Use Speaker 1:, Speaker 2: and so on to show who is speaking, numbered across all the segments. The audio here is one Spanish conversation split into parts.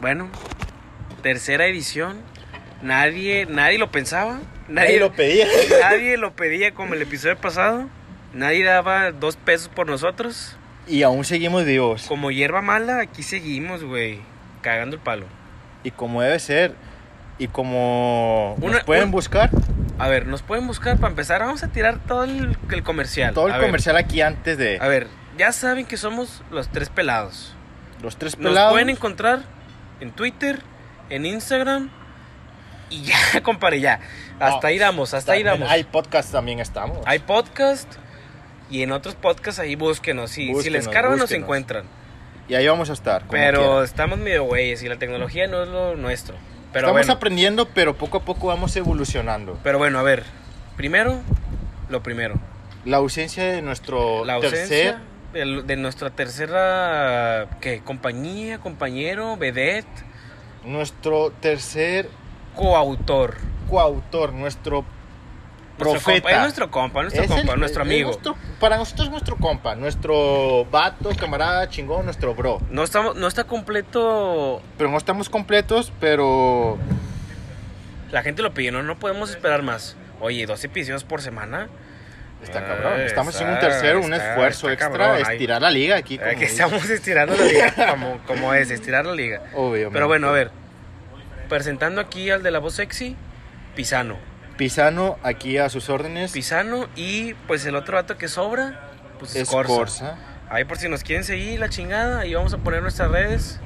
Speaker 1: bueno, tercera edición. Nadie, nadie lo pensaba.
Speaker 2: Nadie lo pedía.
Speaker 1: Nadie lo pedía como el episodio pasado. Nadie daba dos pesos por nosotros.
Speaker 2: Y aún seguimos vivos.
Speaker 1: Como hierba mala, aquí seguimos, güey. Cagando el palo.
Speaker 2: Y como debe ser. Y como nos
Speaker 1: Una-
Speaker 2: pueden
Speaker 1: un-
Speaker 2: buscar
Speaker 1: A ver, nos pueden buscar para empezar. Vamos a tirar todo el, el comercial.
Speaker 2: todo el
Speaker 1: A ver,
Speaker 2: comercial aquí antes de
Speaker 1: a ver, ya saben que somos los tres pelados.
Speaker 2: los tres
Speaker 1: Nos
Speaker 2: pelados.
Speaker 1: pueden encontrar en Twitter, en Instagram. Y ya, compadre, ya. Hasta
Speaker 2: No,
Speaker 1: ahí damos, hasta ahí
Speaker 2: También
Speaker 1: damos.
Speaker 2: Hay podcast también estamos.
Speaker 1: Hay podcast y en otros podcasts ahí búsquenos. Si, si les
Speaker 2: Búsquenos,
Speaker 1: cargan, nos
Speaker 2: búsquenos.
Speaker 1: encuentran.
Speaker 2: Y ahí vamos a estar. como
Speaker 1: Pero
Speaker 2: quiera.
Speaker 1: estamos medio güeyes y la tecnología no es lo nuestro. Pero
Speaker 2: estamos
Speaker 1: bueno,
Speaker 2: aprendiendo, pero poco a poco vamos evolucionando.
Speaker 1: pero bueno, a ver. Primero, lo primero.
Speaker 2: La ausencia de nuestro
Speaker 1: La ausencia
Speaker 2: tercer
Speaker 1: del- de, nuestra tercera ¿qué? compañía, compañero, vedette,
Speaker 2: nuestro tercer
Speaker 1: coautor.
Speaker 2: coautor, nuestro
Speaker 1: Nuestro
Speaker 2: Profeta.
Speaker 1: compa, es nuestro compa, nuestro
Speaker 2: es
Speaker 1: compa,
Speaker 2: el-
Speaker 1: nuestro
Speaker 2: es
Speaker 1: amigo.
Speaker 2: nuestro- para nosotros es nuestro compa, nuestro vato, camarada, chingón, nuestro bro.
Speaker 1: No, estamos, no está completo.
Speaker 2: Pero no estamos completos, pero
Speaker 1: La gente lo pidió, no, no podemos esperar más. Oye, dos episodios por semana.
Speaker 2: está
Speaker 1: Ah,
Speaker 2: cabrón. Estamos haciendo un
Speaker 1: está-
Speaker 2: tercero, un
Speaker 1: está-
Speaker 2: esfuerzo
Speaker 1: está
Speaker 2: extra,
Speaker 1: cabrón, ay.
Speaker 2: estirar la liga aquí.
Speaker 1: Eh,
Speaker 2: como
Speaker 1: que
Speaker 2: dice.
Speaker 1: estamos estirando la liga como, como es, estirar la liga.
Speaker 2: Obviamente.
Speaker 1: Pero bueno, a ver. Presentando aquí al de la voz sexy, Pisano.
Speaker 2: Pisano aquí a sus órdenes.
Speaker 1: Pisano y pues el otro dato que sobra, pues es
Speaker 2: es
Speaker 1: Corsa.
Speaker 2: Corsa.
Speaker 1: Ahí por si nos quieren seguir la chingada, ahí vamos a poner nuestras redes.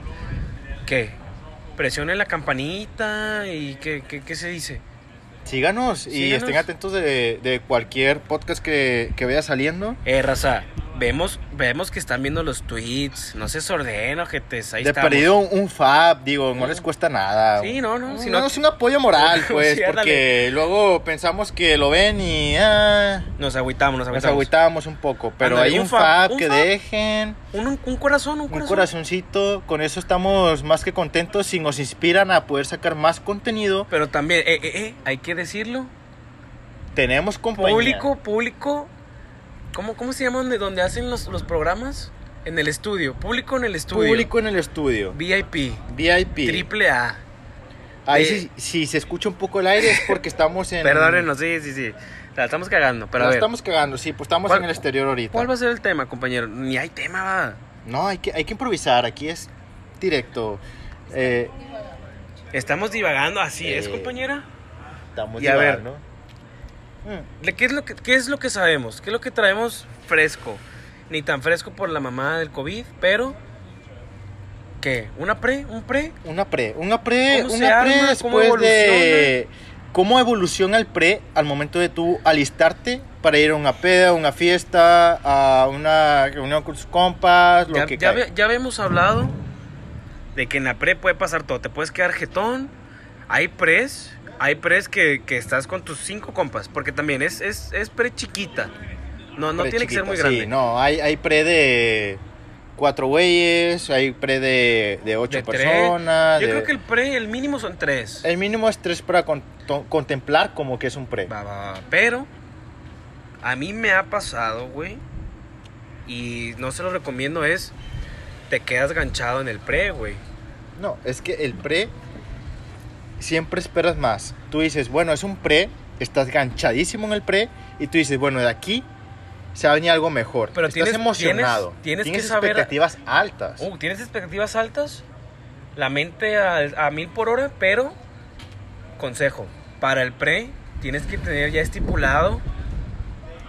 Speaker 1: ¿Qué? Presionen la campanita y ¿qué, qué, qué se dice?
Speaker 2: Síganos y
Speaker 1: Síganos.
Speaker 2: estén atentos de, de cualquier podcast que, que vaya saliendo.
Speaker 1: Eh, raza, vemos, vemos que están viendo los tweets, no se sordeno, ojetes, ahí
Speaker 2: de
Speaker 1: estamos.
Speaker 2: perdido un, un fab, digo, no les cuesta nada.
Speaker 1: Sí, no, no, si
Speaker 2: no,
Speaker 1: no-
Speaker 2: es un apoyo moral, pues,
Speaker 1: Sí,
Speaker 2: porque luego pensamos que lo ven y ah,
Speaker 1: Nos agüitamos, nos
Speaker 2: nos
Speaker 1: agüitamos.
Speaker 2: agüitamos un poco. Pero
Speaker 1: Ándale,
Speaker 2: hay
Speaker 1: un
Speaker 2: un
Speaker 1: fab,
Speaker 2: fab,
Speaker 1: un
Speaker 2: que
Speaker 1: fab.
Speaker 2: dejen,
Speaker 1: Un, un corazón, un
Speaker 2: un
Speaker 1: corazón.
Speaker 2: corazoncito, con eso estamos más que contentos y nos inspiran a poder sacar más contenido.
Speaker 1: Pero también, eh, eh, eh, hay que decirlo,
Speaker 2: Tenemos
Speaker 1: Pues
Speaker 2: compañía.
Speaker 1: público, público. ¿Cómo, cómo se llama donde, donde hacen los, los programas? En el estudio. Público en el estudio.
Speaker 2: Público en el estudio.
Speaker 1: VIP.
Speaker 2: VIP.
Speaker 1: Triple A.
Speaker 2: Ahí
Speaker 1: de-
Speaker 2: si, si se escucha un poco el aire es porque estamos en...
Speaker 1: Perdónenos, sí, sí, sí. La estamos cagando, pero
Speaker 2: Nos
Speaker 1: a ver.
Speaker 2: estamos cagando, sí, pues estamos
Speaker 1: ¿Cuál-
Speaker 2: en el exterior ahorita.
Speaker 1: ¿Cuál va a ser el tema, compañero? Ni hay tema, va.
Speaker 2: No, hay que, hay que improvisar, aquí es directo. Eh,
Speaker 1: Estamos divagando, así es,
Speaker 2: Eh.
Speaker 1: compañera.
Speaker 2: estamos
Speaker 1: Y a ver.
Speaker 2: divagando. Mm,
Speaker 1: ¿De ¿Qué es, lo que, ¿Qué es lo que sabemos? ¿Qué es lo que traemos fresco? Ni tan fresco por la mamá del COVID, pero. ¿Qué? ¿Una pre? ¿Un pre?
Speaker 2: Una pre, una pre,
Speaker 1: ¿Cómo se
Speaker 2: una pre
Speaker 1: arma? ¿Cómo
Speaker 2: después de... ¿Cómo evoluciona el pre al momento de tú alistarte para ir a una peda, a una fiesta, a una reunión con tus compas, lo
Speaker 1: Ya,
Speaker 2: que
Speaker 1: ya,
Speaker 2: caiga?
Speaker 1: ve- ya habíamos hablado de que en la pre puede pasar todo. Te puedes quedar jetón. Hay pres. Hay pres que, que estás con tus cinco compas. Porque también es, es, es pre chiquita. No, no
Speaker 2: Pre
Speaker 1: tiene que ser
Speaker 2: chiquita,
Speaker 1: muy
Speaker 2: sí,
Speaker 1: grande.
Speaker 2: no, hay, hay pre de cuatro güeyes, hay pre de, de ocho
Speaker 1: De tres.
Speaker 2: personas.
Speaker 1: Yo
Speaker 2: de- Eh.
Speaker 1: creo que el pre, el mínimo son tres.
Speaker 2: El mínimo es tres para con- to- contemplar como que es un pre.
Speaker 1: Va, va, va. Pero a mí me ha pasado, güey. Y no se lo recomiendo es te quedas ganchado en el pre, güey.
Speaker 2: No, es que el pre siempre esperas más. Tú dices, bueno, es un pre, estás ganchadísimo en el pre y tú dices, bueno, de aquí se va a venir algo mejor.
Speaker 1: Pero
Speaker 2: estás
Speaker 1: tienes-
Speaker 2: emocionado.
Speaker 1: tienes- tienes que saber-
Speaker 2: expectativas altas.
Speaker 1: Uh, ¿Tienes expectativas altas? La mente a, a mil por hora, pero consejo, para el pre tienes que tener ya estipulado,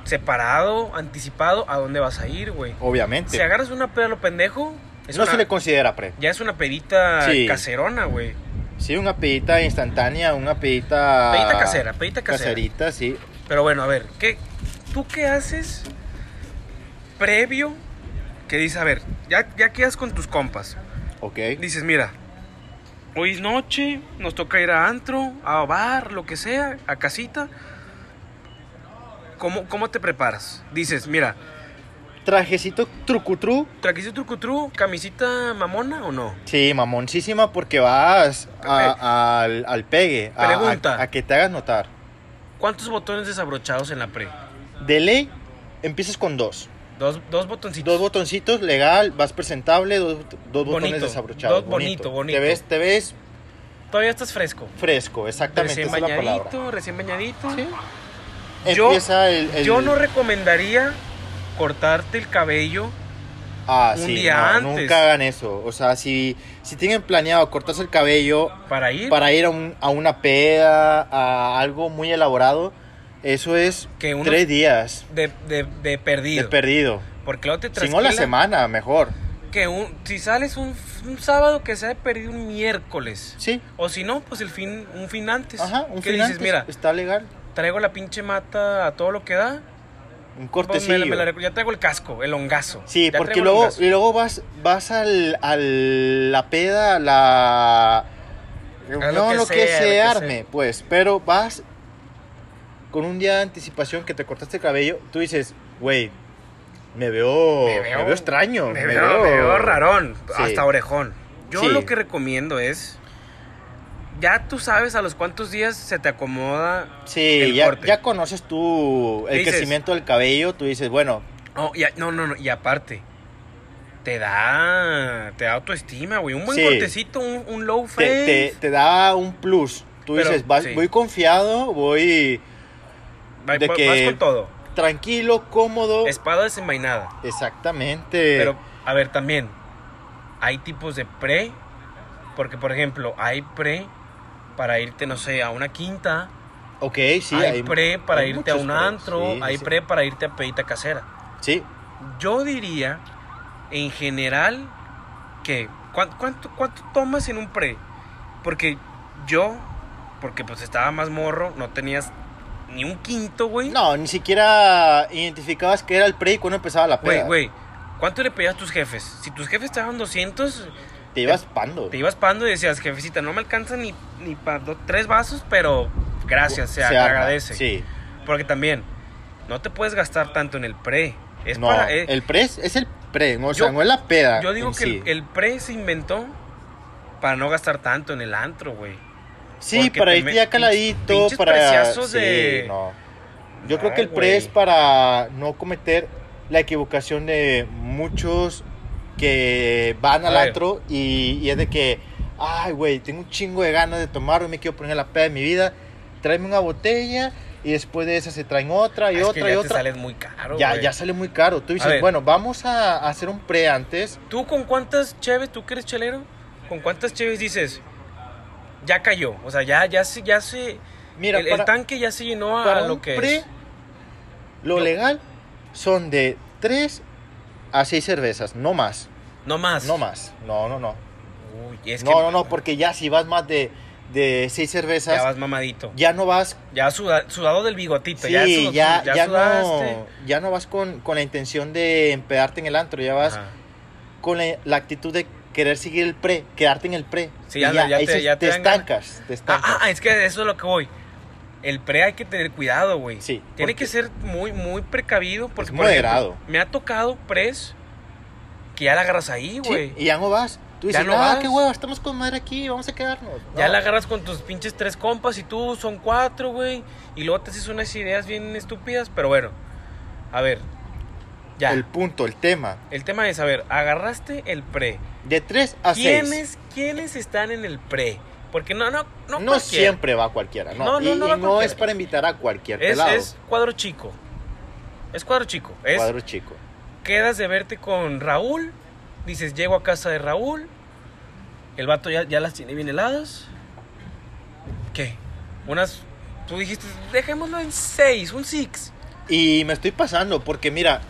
Speaker 1: separado, anticipado a dónde vas a ir, güey.
Speaker 2: obviamente.
Speaker 1: Si agarras una peda a lo pendejo, es
Speaker 2: no
Speaker 1: una-
Speaker 2: se le considera pre.
Speaker 1: ya es una pedita
Speaker 2: Sí.
Speaker 1: caserona, güey.
Speaker 2: Sí, una pedita instantánea, una pedita...
Speaker 1: Pedita casera, pedita casera.
Speaker 2: Ah, Caserita, sí.
Speaker 1: Pero bueno, a ver, ¿qué, ¿tú qué haces previo que dices, a ver, ya, ya quedas con tus compas?
Speaker 2: Ok.
Speaker 1: Dices, mira, hoy es noche, nos toca ir a antro, a bar, lo que sea, a casita. ¿Cómo, cómo te preparas? Dices, mira,
Speaker 2: Trajecito trucutru.
Speaker 1: ¿traquiste trucutru, camisita mamona o no?
Speaker 2: Sí, mamoncísima porque vas a-
Speaker 1: Eh.
Speaker 2: al, al pegue. a- a-
Speaker 1: Pregunta.
Speaker 2: A, que te hagas notar.
Speaker 1: ¿Cuántos botones desabrochados en la pre?
Speaker 2: De ley, empiezas con dos.
Speaker 1: Dos, dos botoncitos.
Speaker 2: Dos botoncitos, legal, vas presentable, dos, dos botones
Speaker 1: Bonito.
Speaker 2: desabrochados.
Speaker 1: Dos- bonito, bonito.
Speaker 2: Te ves, te ves
Speaker 1: Todavía estás fresco.
Speaker 2: fresco, exactamente,
Speaker 1: Recién
Speaker 2: esa es la palabra.
Speaker 1: bañadito, recién bañadito.
Speaker 2: Sí.
Speaker 1: Yo-
Speaker 2: Empieza el, el-
Speaker 1: Yo no recomendaría cortarte el cabello.
Speaker 2: Ah,
Speaker 1: un
Speaker 2: sí,
Speaker 1: día
Speaker 2: no,
Speaker 1: antes.
Speaker 2: nunca hagan eso. O sea, si, si tienen planeado cortarse el cabello
Speaker 1: Para ir,
Speaker 2: para ir a, un- a una peda, a algo muy elaborado, eso es
Speaker 1: que uno
Speaker 2: tres días
Speaker 1: de, de, de perdido.
Speaker 2: de perdido.
Speaker 1: porque luego te
Speaker 2: Si no, la
Speaker 1: trasquila
Speaker 2: semana, mejor.
Speaker 1: Que un, si sales un, un sábado que sea de perdido un miércoles.
Speaker 2: Sí.
Speaker 1: O si no, pues el fin, un fin antes.
Speaker 2: Ajá, un
Speaker 1: que
Speaker 2: fin
Speaker 1: dices,
Speaker 2: antes,
Speaker 1: mira,
Speaker 2: está legal.
Speaker 1: traigo la pinche mata a todo lo que da.
Speaker 2: Un
Speaker 1: pues,
Speaker 2: cortecillo.
Speaker 1: me la- me la- ya traigo el casco, el hongazo.
Speaker 2: Sí,
Speaker 1: Ya
Speaker 2: porque
Speaker 1: traigo el
Speaker 2: luego, eh,
Speaker 1: hongazo.
Speaker 2: y luego vas, vas al, al- la peda, a la
Speaker 1: A lo
Speaker 2: no
Speaker 1: que
Speaker 2: lo
Speaker 1: sea,
Speaker 2: que
Speaker 1: lo que
Speaker 2: se
Speaker 1: sea.
Speaker 2: arme, pues, pero vas con un día de anticipación que te cortaste el cabello, tú dices, güey, me veo, me veo, extraño,
Speaker 1: Me, veo, me veo rarón,
Speaker 2: Sí.
Speaker 1: hasta orejón. Yo
Speaker 2: Sí.
Speaker 1: lo que recomiendo es. Ya tú sabes a los cuantos días se te acomoda.
Speaker 2: Sí,
Speaker 1: el
Speaker 2: ya,
Speaker 1: corte.
Speaker 2: ya conoces tú el
Speaker 1: Dices-
Speaker 2: crecimiento del cabello, tú dices, bueno,
Speaker 1: Oh, y a- no, no, no. Y aparte, te da. Te da autoestima, güey. Un buen
Speaker 2: Sí.
Speaker 1: cortecito, un, un low
Speaker 2: te,
Speaker 1: fade.
Speaker 2: te- te da un plus. Tú
Speaker 1: Pues Pero,
Speaker 2: dices, vas-
Speaker 1: sí.
Speaker 2: voy confiado, voy
Speaker 1: Va-
Speaker 2: de
Speaker 1: va-
Speaker 2: que-
Speaker 1: Vas con todo.
Speaker 2: tranquilo, cómodo.
Speaker 1: Espada desenvainada.
Speaker 2: Exactamente.
Speaker 1: Pero, a ver, también. Hay tipos de pre. Porque, por ejemplo, hay pre para irte, no sé, a una quinta.
Speaker 2: Ok, sí,
Speaker 1: hay, pre para
Speaker 2: hay
Speaker 1: irte a
Speaker 2: muchos
Speaker 1: un
Speaker 2: pres,
Speaker 1: antro,
Speaker 2: sí,
Speaker 1: hay
Speaker 2: sí,
Speaker 1: pre para irte a pedita casera.
Speaker 2: Sí,
Speaker 1: Yo diría, en general, que ¿cuán- ¿cuánto, cuánto tomas en un pre? Porque yo, porque pues estaba más morro, no tenías ni un quinto, güey.
Speaker 2: No, ni siquiera identificabas que era el pre y cuando empezaba la
Speaker 1: Güey,
Speaker 2: peda.
Speaker 1: güey, ¿cuánto le pedías a tus jefes? Si tus jefes te daban 200,
Speaker 2: Te ibas pando.
Speaker 1: te ibas pando y decías, jefecita, no me alcanza ni, ni para tres vasos, pero gracias, se,
Speaker 2: arma,
Speaker 1: agradece.
Speaker 2: Sí.
Speaker 1: Porque también, no te puedes gastar tanto en el pre. Es
Speaker 2: no,
Speaker 1: para, eh,
Speaker 2: el pre es, es el pre, no, o sea,
Speaker 1: Yo-
Speaker 2: no es la peda.
Speaker 1: Yo digo
Speaker 2: en
Speaker 1: que
Speaker 2: sí.
Speaker 1: el, el pre se inventó para no gastar tanto en el antro, güey.
Speaker 2: Sí,
Speaker 1: porque
Speaker 2: para
Speaker 1: te
Speaker 2: irte
Speaker 1: me-
Speaker 2: ya caladito,
Speaker 1: pinches
Speaker 2: para...
Speaker 1: preciazos
Speaker 2: sí,
Speaker 1: de-
Speaker 2: no. Yo creo
Speaker 1: No,
Speaker 2: que el pre
Speaker 1: güey.
Speaker 2: es para no cometer la equivocación de muchos que van al
Speaker 1: A ver.
Speaker 2: antro y, y es de que, ay, güey, tengo un chingo de ganas de tomar, hoy me quiero poner la peda de mi vida, tráeme una botella y después de esa se traen otra y
Speaker 1: Es que
Speaker 2: otra
Speaker 1: ya
Speaker 2: y
Speaker 1: te
Speaker 2: otra.
Speaker 1: sales muy caro,
Speaker 2: ya,
Speaker 1: güey.
Speaker 2: ya sale muy caro. Tú dices,
Speaker 1: ver.
Speaker 2: bueno, vamos a, a hacer un pre antes.
Speaker 1: ¿Tú con cuántas cheves, tú que eres chelero, con cuántas cheves dices, ya cayó? O sea, ya, ya se, ya se,
Speaker 2: Mira,
Speaker 1: el, el
Speaker 2: para,
Speaker 1: tanque ya se llenó a,
Speaker 2: para
Speaker 1: lo
Speaker 2: un
Speaker 1: que
Speaker 2: pre,
Speaker 1: es.
Speaker 2: lo
Speaker 1: Yo-
Speaker 2: legal son de 3 a 6 cervezas, no más.
Speaker 1: No más.
Speaker 2: No más. No, no, no.
Speaker 1: Uy, es
Speaker 2: no,
Speaker 1: que
Speaker 2: no, no, porque ya si vas más de, de 6 cervezas,
Speaker 1: ya
Speaker 2: ya,
Speaker 1: vas mamadito.
Speaker 2: no vas.
Speaker 1: Ya suda- sudado del bigotito.
Speaker 2: Sí,
Speaker 1: ya,
Speaker 2: ya,
Speaker 1: sudo-
Speaker 2: ya,
Speaker 1: ya sudaste.
Speaker 2: no, ya no vas con, con la intención de empedarte en el antro, ya vas
Speaker 1: Ajá.
Speaker 2: con la, la actitud de querer seguir el pre, quedarte en el pre.
Speaker 1: Sí,
Speaker 2: Y
Speaker 1: ya, ya
Speaker 2: ahí
Speaker 1: te-
Speaker 2: se-
Speaker 1: ya te dan ganas.
Speaker 2: estancas, te estancas.
Speaker 1: Ah, ah, es que eso es lo que voy. El pre hay que tener cuidado, güey.
Speaker 2: Sí,
Speaker 1: Tiene
Speaker 2: porque-
Speaker 1: que ser muy, muy precavido porque
Speaker 2: Es
Speaker 1: por ejemplo,
Speaker 2: moderado.
Speaker 1: me ha tocado pres que ya la agarras ahí,
Speaker 2: Sí,
Speaker 1: güey.
Speaker 2: y ya no vas. Tú
Speaker 1: Ya
Speaker 2: dices,
Speaker 1: no
Speaker 2: ah,
Speaker 1: vas".
Speaker 2: qué huevo, estamos con madre aquí, vamos a quedarnos.
Speaker 1: Ya
Speaker 2: No.
Speaker 1: la agarras con tus pinches tres compas y tú son cuatro, güey. Y luego te haces unas ideas bien estúpidas, pero bueno. A ver. Ya.
Speaker 2: El
Speaker 1: El,
Speaker 2: punto, el tema.
Speaker 1: tema es, a ver, agarraste el pre.
Speaker 2: De 3 a 6.
Speaker 1: ¿Quiénes, ¿Quiénes están en el pre? Porque no, no, no.
Speaker 2: No,
Speaker 1: cualquiera.
Speaker 2: siempre va cualquiera, no.
Speaker 1: No, no,
Speaker 2: y
Speaker 1: no
Speaker 2: y
Speaker 1: va cualquiera.
Speaker 2: es para invitar a cualquier
Speaker 1: Es,
Speaker 2: pelado.
Speaker 1: es cuadro chico. Es cuadro chico. Es
Speaker 2: Cuadro chico.
Speaker 1: quedas de verte con Raúl, dices, llego a casa de Raúl, el vato ya, ya las tiene bien heladas. ¿Qué? Unas, tú dijiste, dejémoslo en seis, un six.
Speaker 2: Y me estoy pasando, porque mira,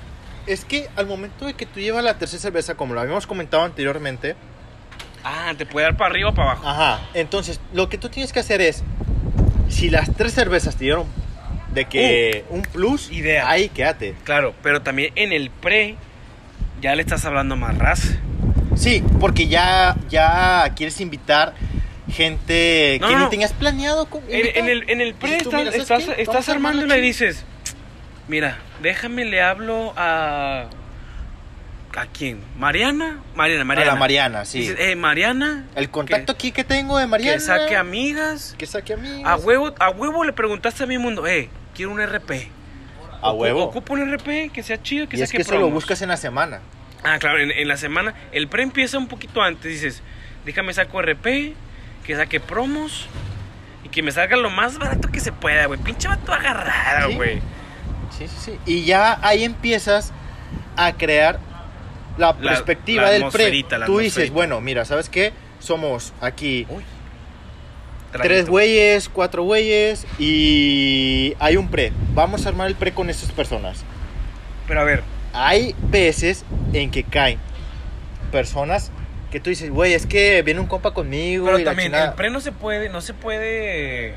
Speaker 2: es que al momento de que tú llevas la tercera cerveza, como lo habíamos comentado anteriormente,
Speaker 1: Ah, te puede dar para arriba o para abajo.
Speaker 2: ajá, entonces lo que tú tienes que hacer es, si las tres cervezas te dieron de que un plus,
Speaker 1: Uh. idea.
Speaker 2: ahí quédate.
Speaker 1: Claro, pero también en el pre ya le estás hablando más raza.
Speaker 2: Sí, porque ya, ya quieres invitar gente
Speaker 1: No,
Speaker 2: que
Speaker 1: no.
Speaker 2: ni tenías planeado. con-
Speaker 1: En,
Speaker 2: invitar.
Speaker 1: en el, en el pre
Speaker 2: Dices tú,
Speaker 1: estás,
Speaker 2: mira, ¿sabes
Speaker 1: estás,
Speaker 2: qué?
Speaker 1: estás
Speaker 2: Vamos a armarla
Speaker 1: armándola y
Speaker 2: chido.
Speaker 1: dices, mira, déjame le hablo a... ¿A quién? ¿Mariana? Mariana,
Speaker 2: A
Speaker 1: Mariana.
Speaker 2: la Mariana, sí.
Speaker 1: Dices, eh, Mariana,
Speaker 2: el contacto aquí que tengo de Mariana.
Speaker 1: que saque amigas.
Speaker 2: Que saque a mí.
Speaker 1: A huevo, a huevo le preguntaste a mi mundo, eh, quiero un RP.
Speaker 2: A huevo.
Speaker 1: Ocupa un RP que sea chido, que
Speaker 2: y
Speaker 1: sea
Speaker 2: es que eso lo buscas en la semana.
Speaker 1: Ah, claro, en, en la semana. El pre empieza un poquito antes. Dices, déjame saco RP, que saque promos y que me salga lo más barato que se pueda, güey. Pinche vato agarrada,
Speaker 2: Sí.
Speaker 1: güey.
Speaker 2: Sí, sí, sí. Y ya ahí empiezas a crear la,
Speaker 1: La-
Speaker 2: perspectiva
Speaker 1: la
Speaker 2: del pre.
Speaker 1: atmosferita, la
Speaker 2: Tú dices,
Speaker 1: atmosferita.
Speaker 2: bueno, mira, ¿sabes qué? Somos aquí
Speaker 1: Uy.
Speaker 2: tres
Speaker 1: Traguito.
Speaker 2: güeyes, cuatro güeyes y hay un pre. Vamos a armar el pre con estas personas.
Speaker 1: Pero a ver,
Speaker 2: Hay veces en que caen personas que tú dices, güey, es que viene un compa conmigo.
Speaker 1: pero
Speaker 2: y la
Speaker 1: también
Speaker 2: chingada".
Speaker 1: el pre no se puede, no se puede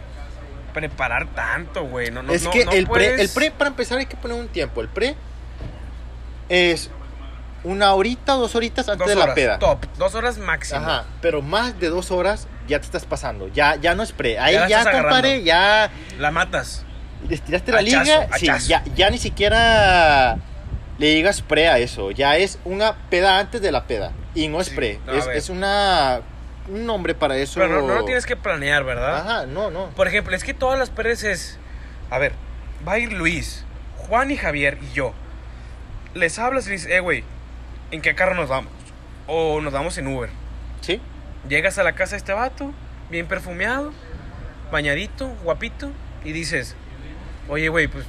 Speaker 1: preparar tanto, güey. No, no,
Speaker 2: es
Speaker 1: no-
Speaker 2: que
Speaker 1: no
Speaker 2: el,
Speaker 1: puedes-
Speaker 2: pre, el pre, para empezar, hay que poner un tiempo. El pre es una horita, dos horitas antes
Speaker 1: dos
Speaker 2: de la
Speaker 1: horas,
Speaker 2: peda.
Speaker 1: Top, dos horas máximo.
Speaker 2: Ajá, pero más de dos horas ya te estás pasando. Ya, ya no es pre. Ahí
Speaker 1: la
Speaker 2: ya,
Speaker 1: estás
Speaker 2: compadre,
Speaker 1: agarrando.
Speaker 2: ya
Speaker 1: La matas.
Speaker 2: estiraste la
Speaker 1: Hachazo,
Speaker 2: liga. Sí,
Speaker 1: hachazo.
Speaker 2: ya, ya ni siquiera le digas pre a eso. Ya es una peda antes de la peda. Y no es
Speaker 1: Sí,
Speaker 2: pre.
Speaker 1: no, a
Speaker 2: es,
Speaker 1: ver.
Speaker 2: es una un nombre para eso.
Speaker 1: Pero no, no lo tienes que planear, ¿verdad?
Speaker 2: Ajá, no, no.
Speaker 1: Por ejemplo, es que todas las paredes es. A ver, va a ir Luis, Juan y Javier y yo. Les hablas y le dices, eh, güey, ¿en qué carro nos vamos? O nos vamos en Uber.
Speaker 2: Sí,
Speaker 1: Llegas a la casa de este vato, bien perfumeado, bañadito, guapito, y dices, oye, güey, pues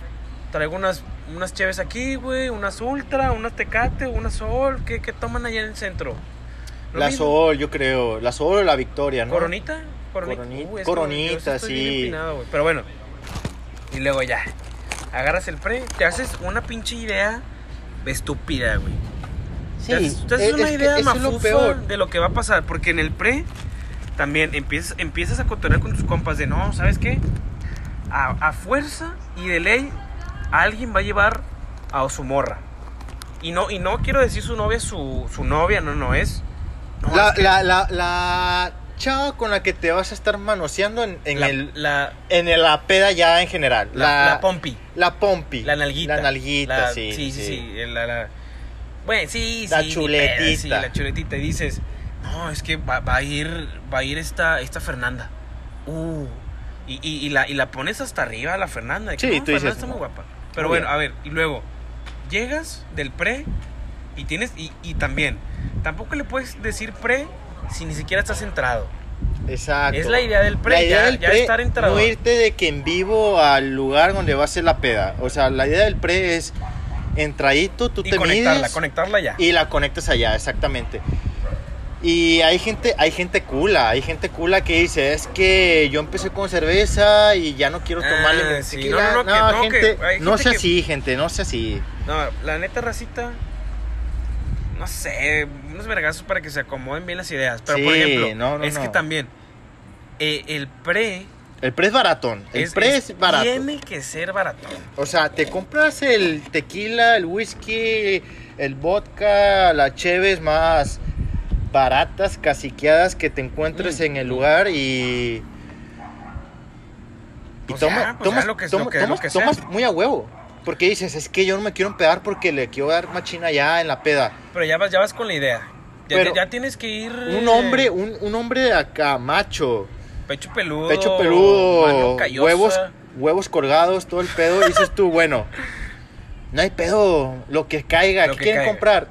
Speaker 1: traigo unas, unas cheves aquí, güey, unas ultra, unas tecate, unas sol, ¿qué, qué toman allá en el centro? Lo
Speaker 2: la
Speaker 1: mismo.
Speaker 2: Sol, yo creo. La Sol o la Victoria, ¿no?
Speaker 1: ¿Coronita? Coronita,
Speaker 2: Coroni-
Speaker 1: Uy, es
Speaker 2: coronita,
Speaker 1: que yo estoy bien
Speaker 2: sí.
Speaker 1: empinado, güey. Pero bueno, y luego ya, agarras el pre, te haces una pinche idea estúpida, güey.
Speaker 2: Sí,
Speaker 1: te haces, te haces
Speaker 2: es-
Speaker 1: una
Speaker 2: es que
Speaker 1: idea
Speaker 2: eso es
Speaker 1: mafufa
Speaker 2: lo peor.
Speaker 1: de lo que va a pasar, porque en el pre también empiezas, empiezas a cotorrear con tus compas de, no, ¿sabes qué? A, a fuerza y de ley, alguien va a llevar a su morra. Y no, y no quiero decir su novia, su, su novia, no, no es. No,
Speaker 2: La,
Speaker 1: es que
Speaker 2: la, la, la chava con la que te vas a estar manoseando en, en
Speaker 1: la-
Speaker 2: el,
Speaker 1: la-
Speaker 2: en el- la peda ya en general.
Speaker 1: la,
Speaker 2: La,
Speaker 1: la pompi.
Speaker 2: la pompi.
Speaker 1: La nalguita.
Speaker 2: La nalguita,
Speaker 1: La-
Speaker 2: sí,
Speaker 1: Sí, sí, sí, La, la- Bueno, sí,
Speaker 2: La
Speaker 1: sí. ni
Speaker 2: chuletita.
Speaker 1: pedo, sí, la chuletita. Y dices, no, es que va, va a ir, va a ir esta, esta Fernanda. Uh. Y, y, y la, y la pones hasta arriba a la Fernanda. de que,
Speaker 2: Sí,
Speaker 1: no,
Speaker 2: tú dices,
Speaker 1: Fernanda está muy
Speaker 2: no.
Speaker 1: guapa. Pero
Speaker 2: Muy
Speaker 1: bueno, a ver, y luego, llegas del pre y tienes, y, y también, tampoco le puedes decir pre si ni siquiera estás entrado.
Speaker 2: Exacto.
Speaker 1: Es la idea del pre,
Speaker 2: La idea
Speaker 1: ya,
Speaker 2: del
Speaker 1: ya
Speaker 2: pre,
Speaker 1: estar entrado.
Speaker 2: No irte de que en vivo al lugar donde va a ser la peda. O sea, la idea del pre es entradito, tú
Speaker 1: y
Speaker 2: te
Speaker 1: conectarla,
Speaker 2: mides
Speaker 1: conectarla ya.
Speaker 2: y la conectas allá, exactamente. Y hay gente, hay gente cula, hay gente cula que dice, es que yo empecé con cerveza y ya no quiero
Speaker 1: Ah,
Speaker 2: tomarle
Speaker 1: sí.
Speaker 2: tequila".
Speaker 1: No, no, no, que- no, que
Speaker 2: gente,
Speaker 1: hay
Speaker 2: no
Speaker 1: gente
Speaker 2: sea
Speaker 1: que-
Speaker 2: así, gente, no sea así.
Speaker 1: No, la neta, racita. No sé, unos vergazos para que se acomoden bien las ideas. Pero por
Speaker 2: Sí,
Speaker 1: ejemplo,
Speaker 2: no, no,
Speaker 1: es que
Speaker 2: no.
Speaker 1: también eh, el pre.
Speaker 2: El pre es baratón, el
Speaker 1: es-
Speaker 2: pre
Speaker 1: es-
Speaker 2: es, barato.
Speaker 1: Tiene que ser baratón.
Speaker 2: O sea, te compras el tequila, el whisky, el vodka, las cheves más baratas, caciqueadas que te encuentres
Speaker 1: Mm.
Speaker 2: en el lugar y. Y
Speaker 1: Pues
Speaker 2: toma-
Speaker 1: ya, pues
Speaker 2: tomas,
Speaker 1: ya, lo que-
Speaker 2: toma-
Speaker 1: lo que-
Speaker 2: tomas-
Speaker 1: lo que sea.
Speaker 2: tomas muy a huevo. Porque dices, es que yo no me quiero empedar porque le quiero dar machina ya en la peda.
Speaker 1: Pero ya vas, ya vas con la idea. Ya,
Speaker 2: Pero
Speaker 1: ya tienes que ir.
Speaker 2: Un
Speaker 1: eh,
Speaker 2: hombre, un, un hombre de acá, macho,
Speaker 1: Pecho peludo.
Speaker 2: pecho peludo,
Speaker 1: Oh, mano callosa.
Speaker 2: huevos, huevos colgados, todo el pedo. y dices tú, bueno, no hay pedo, lo que caiga,
Speaker 1: Lo
Speaker 2: ¿qué
Speaker 1: que
Speaker 2: quieren
Speaker 1: caiga.
Speaker 2: comprar?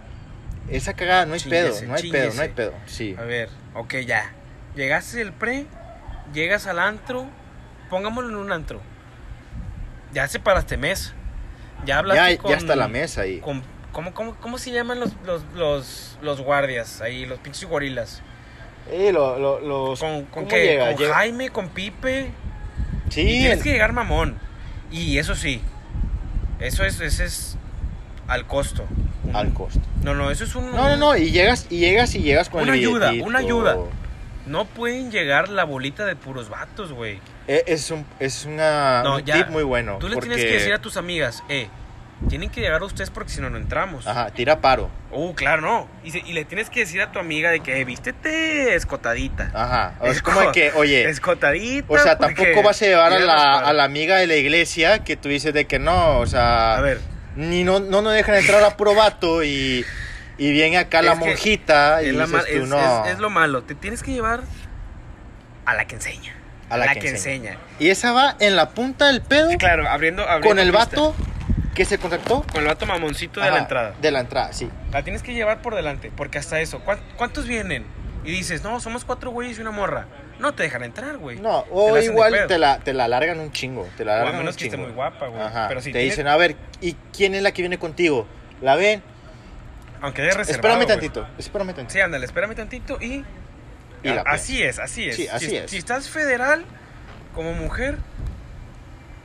Speaker 2: Esa cagada, no hay
Speaker 1: Chíngase,
Speaker 2: pedo, no hay pedo, no hay
Speaker 1: chíngase.
Speaker 2: pedo. Sí.
Speaker 1: A ver, ok, ya. Llegaste el pre, llegas al antro, pongámoslo en un antro. Ya separaste mes. Ya
Speaker 2: Ya,
Speaker 1: hablaste
Speaker 2: ya
Speaker 1: con.
Speaker 2: está la mesa ahí.
Speaker 1: con- ¿cómo, cómo, cómo se llaman los, los, los, los guardias ahí, los pinches gorilas?
Speaker 2: Eh, lo- lo- los-
Speaker 1: ¿Con, con
Speaker 2: ¿cómo
Speaker 1: qué?
Speaker 2: llega?
Speaker 1: ¿Con
Speaker 2: Llega-
Speaker 1: Jaime? ¿Con Pipe?
Speaker 2: Sí,
Speaker 1: Y tienes
Speaker 2: el-
Speaker 1: que llegar mamón. Y eso sí, eso es, ese es al costo. Un-
Speaker 2: al costo.
Speaker 1: No, no, eso es un...
Speaker 2: No, no, no, y llegas, y llegas, y llegas con
Speaker 1: Una
Speaker 2: el
Speaker 1: ayuda,
Speaker 2: billetito.
Speaker 1: una ayuda. No pueden llegar la bolita de puros vatos, güey.
Speaker 2: Eh, Es un, es una,
Speaker 1: No,
Speaker 2: un
Speaker 1: ya.
Speaker 2: tip muy bueno.
Speaker 1: Tú le tienes
Speaker 2: porque-
Speaker 1: que decir a tus amigas, eh, tienen que llegar a ustedes porque si no, no entramos.
Speaker 2: Ajá, tira paro.
Speaker 1: Uh, claro, no. Y, se- y le tienes que decir a tu amiga de que, eh, vístete escotadita.
Speaker 2: Ajá. Es como de que, oye,
Speaker 1: Escotadita.
Speaker 2: O sea,
Speaker 1: porque
Speaker 2: tampoco vas a llevar a
Speaker 1: ya
Speaker 2: la,
Speaker 1: nos
Speaker 2: a la amiga de la iglesia que tú dices de que no, o sea,
Speaker 1: A ver.
Speaker 2: ni no, no nos dejan entrar a probato y, y viene acá la
Speaker 1: Es que
Speaker 2: monjita y
Speaker 1: es, la
Speaker 2: dices
Speaker 1: ma-
Speaker 2: tú,
Speaker 1: es-
Speaker 2: no.
Speaker 1: es- es lo malo. Te tienes que llevar a la que enseña.
Speaker 2: A la que
Speaker 1: enseña.
Speaker 2: Y esa va en la punta del pedo
Speaker 1: Claro, abriendo, abriendo
Speaker 2: con el
Speaker 1: pista.
Speaker 2: vato que se contactó
Speaker 1: Con el vato mamoncito de la
Speaker 2: Ajá,
Speaker 1: entrada.
Speaker 2: De la entrada, sí.
Speaker 1: La tienes que llevar por delante, porque hasta eso, ¿cuán- ¿cuántos vienen? Y dices, no, somos cuatro güeyes y una morra. No te dejan entrar, güey.
Speaker 2: No,
Speaker 1: la
Speaker 2: o
Speaker 1: hacen de
Speaker 2: igual
Speaker 1: pedo.
Speaker 2: te la, te la largan un chingo. Te la
Speaker 1: O a
Speaker 2: largan
Speaker 1: menos
Speaker 2: un
Speaker 1: que esté
Speaker 2: chingo.
Speaker 1: muy guapa, güey.
Speaker 2: Ajá,
Speaker 1: Pero si
Speaker 2: te
Speaker 1: tiene-
Speaker 2: dicen, a ver, ¿y quién es la que viene contigo? ¿La ven?
Speaker 1: Aunque de reservado.
Speaker 2: Espérame
Speaker 1: güey.
Speaker 2: tantito, espérame tantito.
Speaker 1: Sí, ándale, espérame tantito y...
Speaker 2: Y la
Speaker 1: así es, así es.
Speaker 2: Sí, así
Speaker 1: si,
Speaker 2: es.
Speaker 1: si estás federal, como mujer,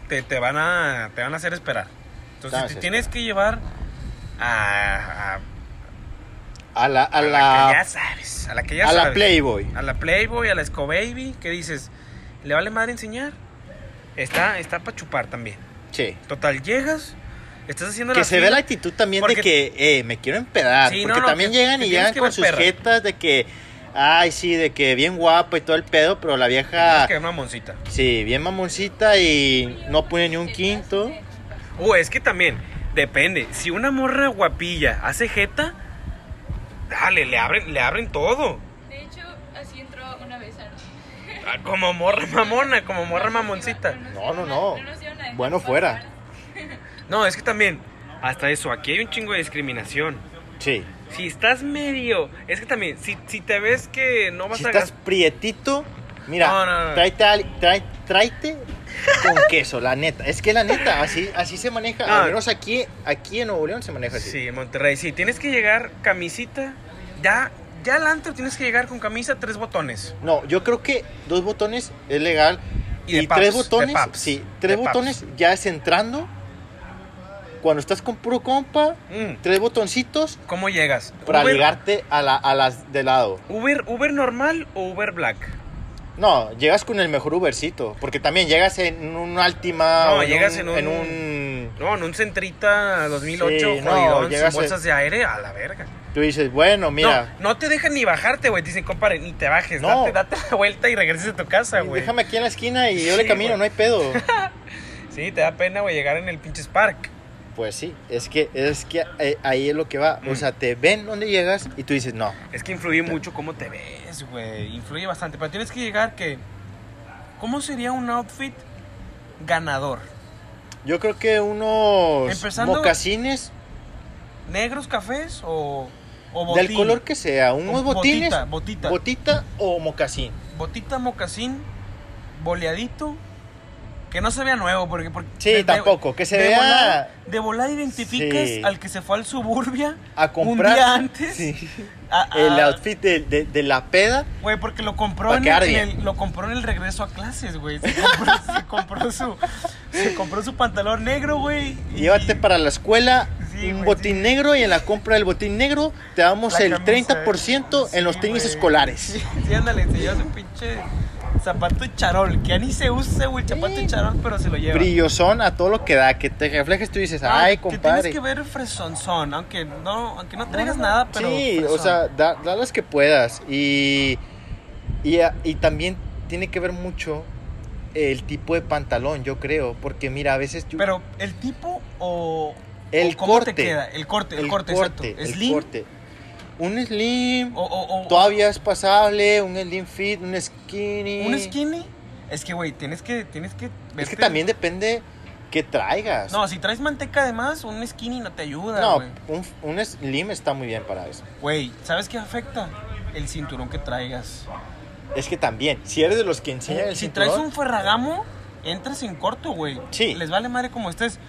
Speaker 1: te, te van, a, te van a hacer esperar. Entonces,
Speaker 2: Sabes
Speaker 1: te tienes que llevar a... a-
Speaker 2: A la, a
Speaker 1: a
Speaker 2: la,
Speaker 1: que ya sabes. A la que ya
Speaker 2: a
Speaker 1: sabes. Ah.
Speaker 2: la Playboy.
Speaker 1: a la Playboy, a la Scobaby, que dices, le vale madre enseñar. Está, está para chupar también.
Speaker 2: Sí.
Speaker 1: Total, llegas, estás haciendo
Speaker 2: Que
Speaker 1: la
Speaker 2: se
Speaker 1: fila,
Speaker 2: ve la actitud también
Speaker 1: Porque-
Speaker 2: de que eh, me quiero empedar.
Speaker 1: Sí, no,
Speaker 2: porque
Speaker 1: no,
Speaker 2: también
Speaker 1: que-
Speaker 2: llegan
Speaker 1: que
Speaker 2: y
Speaker 1: tienes
Speaker 2: llegan
Speaker 1: que
Speaker 2: con
Speaker 1: ver
Speaker 2: sus
Speaker 1: perra.
Speaker 2: jetas de que, ay, sí, de que bien guapa y todo el pedo, pero la vieja,
Speaker 1: Que es mamoncita.
Speaker 2: sí, bien mamoncita y no pone ni un quinto.
Speaker 1: Uh, es que también, depende. Si una morra guapilla hace jeta, dale, le abren, le abren todo.
Speaker 3: De hecho, así entró una vez Arno.
Speaker 1: Ah, Como morra mamona, como morra mamoncita.
Speaker 2: No, no,
Speaker 3: nos
Speaker 2: no.
Speaker 3: iban- nos iban a dejar
Speaker 2: Bueno,
Speaker 3: pasar.
Speaker 2: fuera.
Speaker 1: No, es que también, hasta eso, aquí hay un chingo de discriminación.
Speaker 2: Sí.
Speaker 1: Si estás medio, es que también, si, si te ves que no vas
Speaker 2: Si
Speaker 1: a
Speaker 2: estás
Speaker 1: gastar.
Speaker 2: prietito, mira,
Speaker 1: No, no, no.
Speaker 2: tráete, al- trae- tráete con queso, la neta. Es que la neta, así, así se maneja.
Speaker 1: No.
Speaker 2: Al menos aquí, aquí en Nuevo León se maneja así.
Speaker 1: Sí, en Monterrey, sí. Tienes que llegar camisita. Ya, ya al antro tienes que llegar con camisa, tres botones.
Speaker 2: No, yo creo que dos botones es legal.
Speaker 1: Y
Speaker 2: Y,
Speaker 1: de
Speaker 2: tres
Speaker 1: paps, de
Speaker 2: botones,
Speaker 1: paps,
Speaker 2: sí,
Speaker 1: de
Speaker 2: tres
Speaker 1: paps.
Speaker 2: botones ya es entrando. Cuando estás con puro compa,
Speaker 1: Mm,
Speaker 2: tres botoncitos
Speaker 1: ¿Cómo llegas?
Speaker 2: para
Speaker 1: Uber,
Speaker 2: ligarte a, la, a las de lado.
Speaker 1: Uber, Uber normal o Uber Black?
Speaker 2: No, llegas con el mejor Ubercito, porque también llegas en un Altima
Speaker 1: No,
Speaker 2: o
Speaker 1: llegas en un-
Speaker 2: en un
Speaker 1: No, en un Centrita 2008,
Speaker 2: Sí, no,
Speaker 1: jodidón, sin
Speaker 2: llegas en-
Speaker 1: bolsas de aire, a la verga.
Speaker 2: Tú dices, bueno, mira,
Speaker 1: No, no te dejan ni bajarte, güey. Dicen, compadre, ni te bajes.
Speaker 2: No.
Speaker 1: Date, date la vuelta y regreses a tu casa, güey.
Speaker 2: déjame aquí en la esquina y yo
Speaker 1: Sí,
Speaker 2: le camino,
Speaker 1: güey.
Speaker 2: no hay pedo.
Speaker 1: Sí, te da pena, güey, llegar en el pinche Spark.
Speaker 2: pues sí, es que es que eh, ahí es lo que va. O
Speaker 1: Mm.
Speaker 2: sea, te ven donde llegas y tú dices, no,
Speaker 1: Es que influye mucho cómo te ves, güey. Influye bastante. Pero tienes que llegar que... ¿Cómo sería un outfit ganador?
Speaker 2: Yo creo que unos
Speaker 1: Empezando-
Speaker 2: mocasines
Speaker 1: ¿Negros, cafés o, o
Speaker 2: del color que sea, unos
Speaker 1: O
Speaker 2: botines,
Speaker 1: Botita, botita.
Speaker 2: botita o mocasín.
Speaker 1: botita, mocasín, boleadito. Que no se vea nuevo, porque... porque
Speaker 2: Sí, tampoco, que se
Speaker 1: de
Speaker 2: vea-
Speaker 1: volada- de volada identificas
Speaker 2: Sí.
Speaker 1: al que se fue al suburbia
Speaker 2: A comprar
Speaker 1: un día Ah. antes.
Speaker 2: Sí.
Speaker 1: a- a-
Speaker 2: el outfit de, de- de la peda.
Speaker 1: Güey, porque lo compró,
Speaker 2: Pa'
Speaker 1: en
Speaker 2: quedar
Speaker 1: el, en
Speaker 2: bien.
Speaker 1: el- lo compró en el regreso a clases, güey. Se compró, se compró su se compró su pantalón negro, güey. y-
Speaker 2: Llévate para la escuela
Speaker 1: Sí,
Speaker 2: un
Speaker 1: güey,
Speaker 2: botín negro y en la compra del botín negro te damos
Speaker 1: La
Speaker 2: el
Speaker 1: camisa,
Speaker 2: 30% en los
Speaker 1: sí,
Speaker 2: tenis
Speaker 1: güey.
Speaker 2: escolares.
Speaker 1: Sí, sí, ándale, se lleva su pinche zapato de charol, que ya ni se usa, güey, el zapato de
Speaker 2: Sí.
Speaker 1: charol, pero se lo lleva.
Speaker 2: Brillosón a todo lo que da, que te reflejes, tú dices,
Speaker 1: Ah,
Speaker 2: ay,
Speaker 1: Que
Speaker 2: compadre.
Speaker 1: tienes que ver fresonzón, aunque no, aunque no traigas
Speaker 2: No, no,
Speaker 1: nada, pero pues,
Speaker 2: Sí, o
Speaker 1: fresón.
Speaker 2: sea, da, da las que puedas. Y, y, y también tiene que ver mucho el tipo de pantalón, yo creo. Porque mira, a veces yo-
Speaker 1: Pero el tipo o
Speaker 2: El
Speaker 1: o cómo
Speaker 2: corte.
Speaker 1: te queda, el corte, el, corte, exacto.
Speaker 2: el
Speaker 1: Slim
Speaker 2: corte. Un slim
Speaker 1: o, o, o-
Speaker 2: todavía es pasable, un slim fit, un skinny.
Speaker 1: un skinny. Es que güey, tienes que tienes que
Speaker 2: Es que
Speaker 1: verte-
Speaker 2: también depende que traigas.
Speaker 1: No, si traes manteca además, un skinny no te ayuda,
Speaker 2: No,
Speaker 1: güey.
Speaker 2: un, un slim está muy bien para eso.
Speaker 1: Güey, ¿sabes qué afecta? El cinturón que traigas.
Speaker 2: Es que también, si eres de los que enseñan el
Speaker 1: si
Speaker 2: cinturón,
Speaker 1: traes un ferragamo, entras en corto, güey.
Speaker 2: Sí.
Speaker 1: Les vale madre como estés.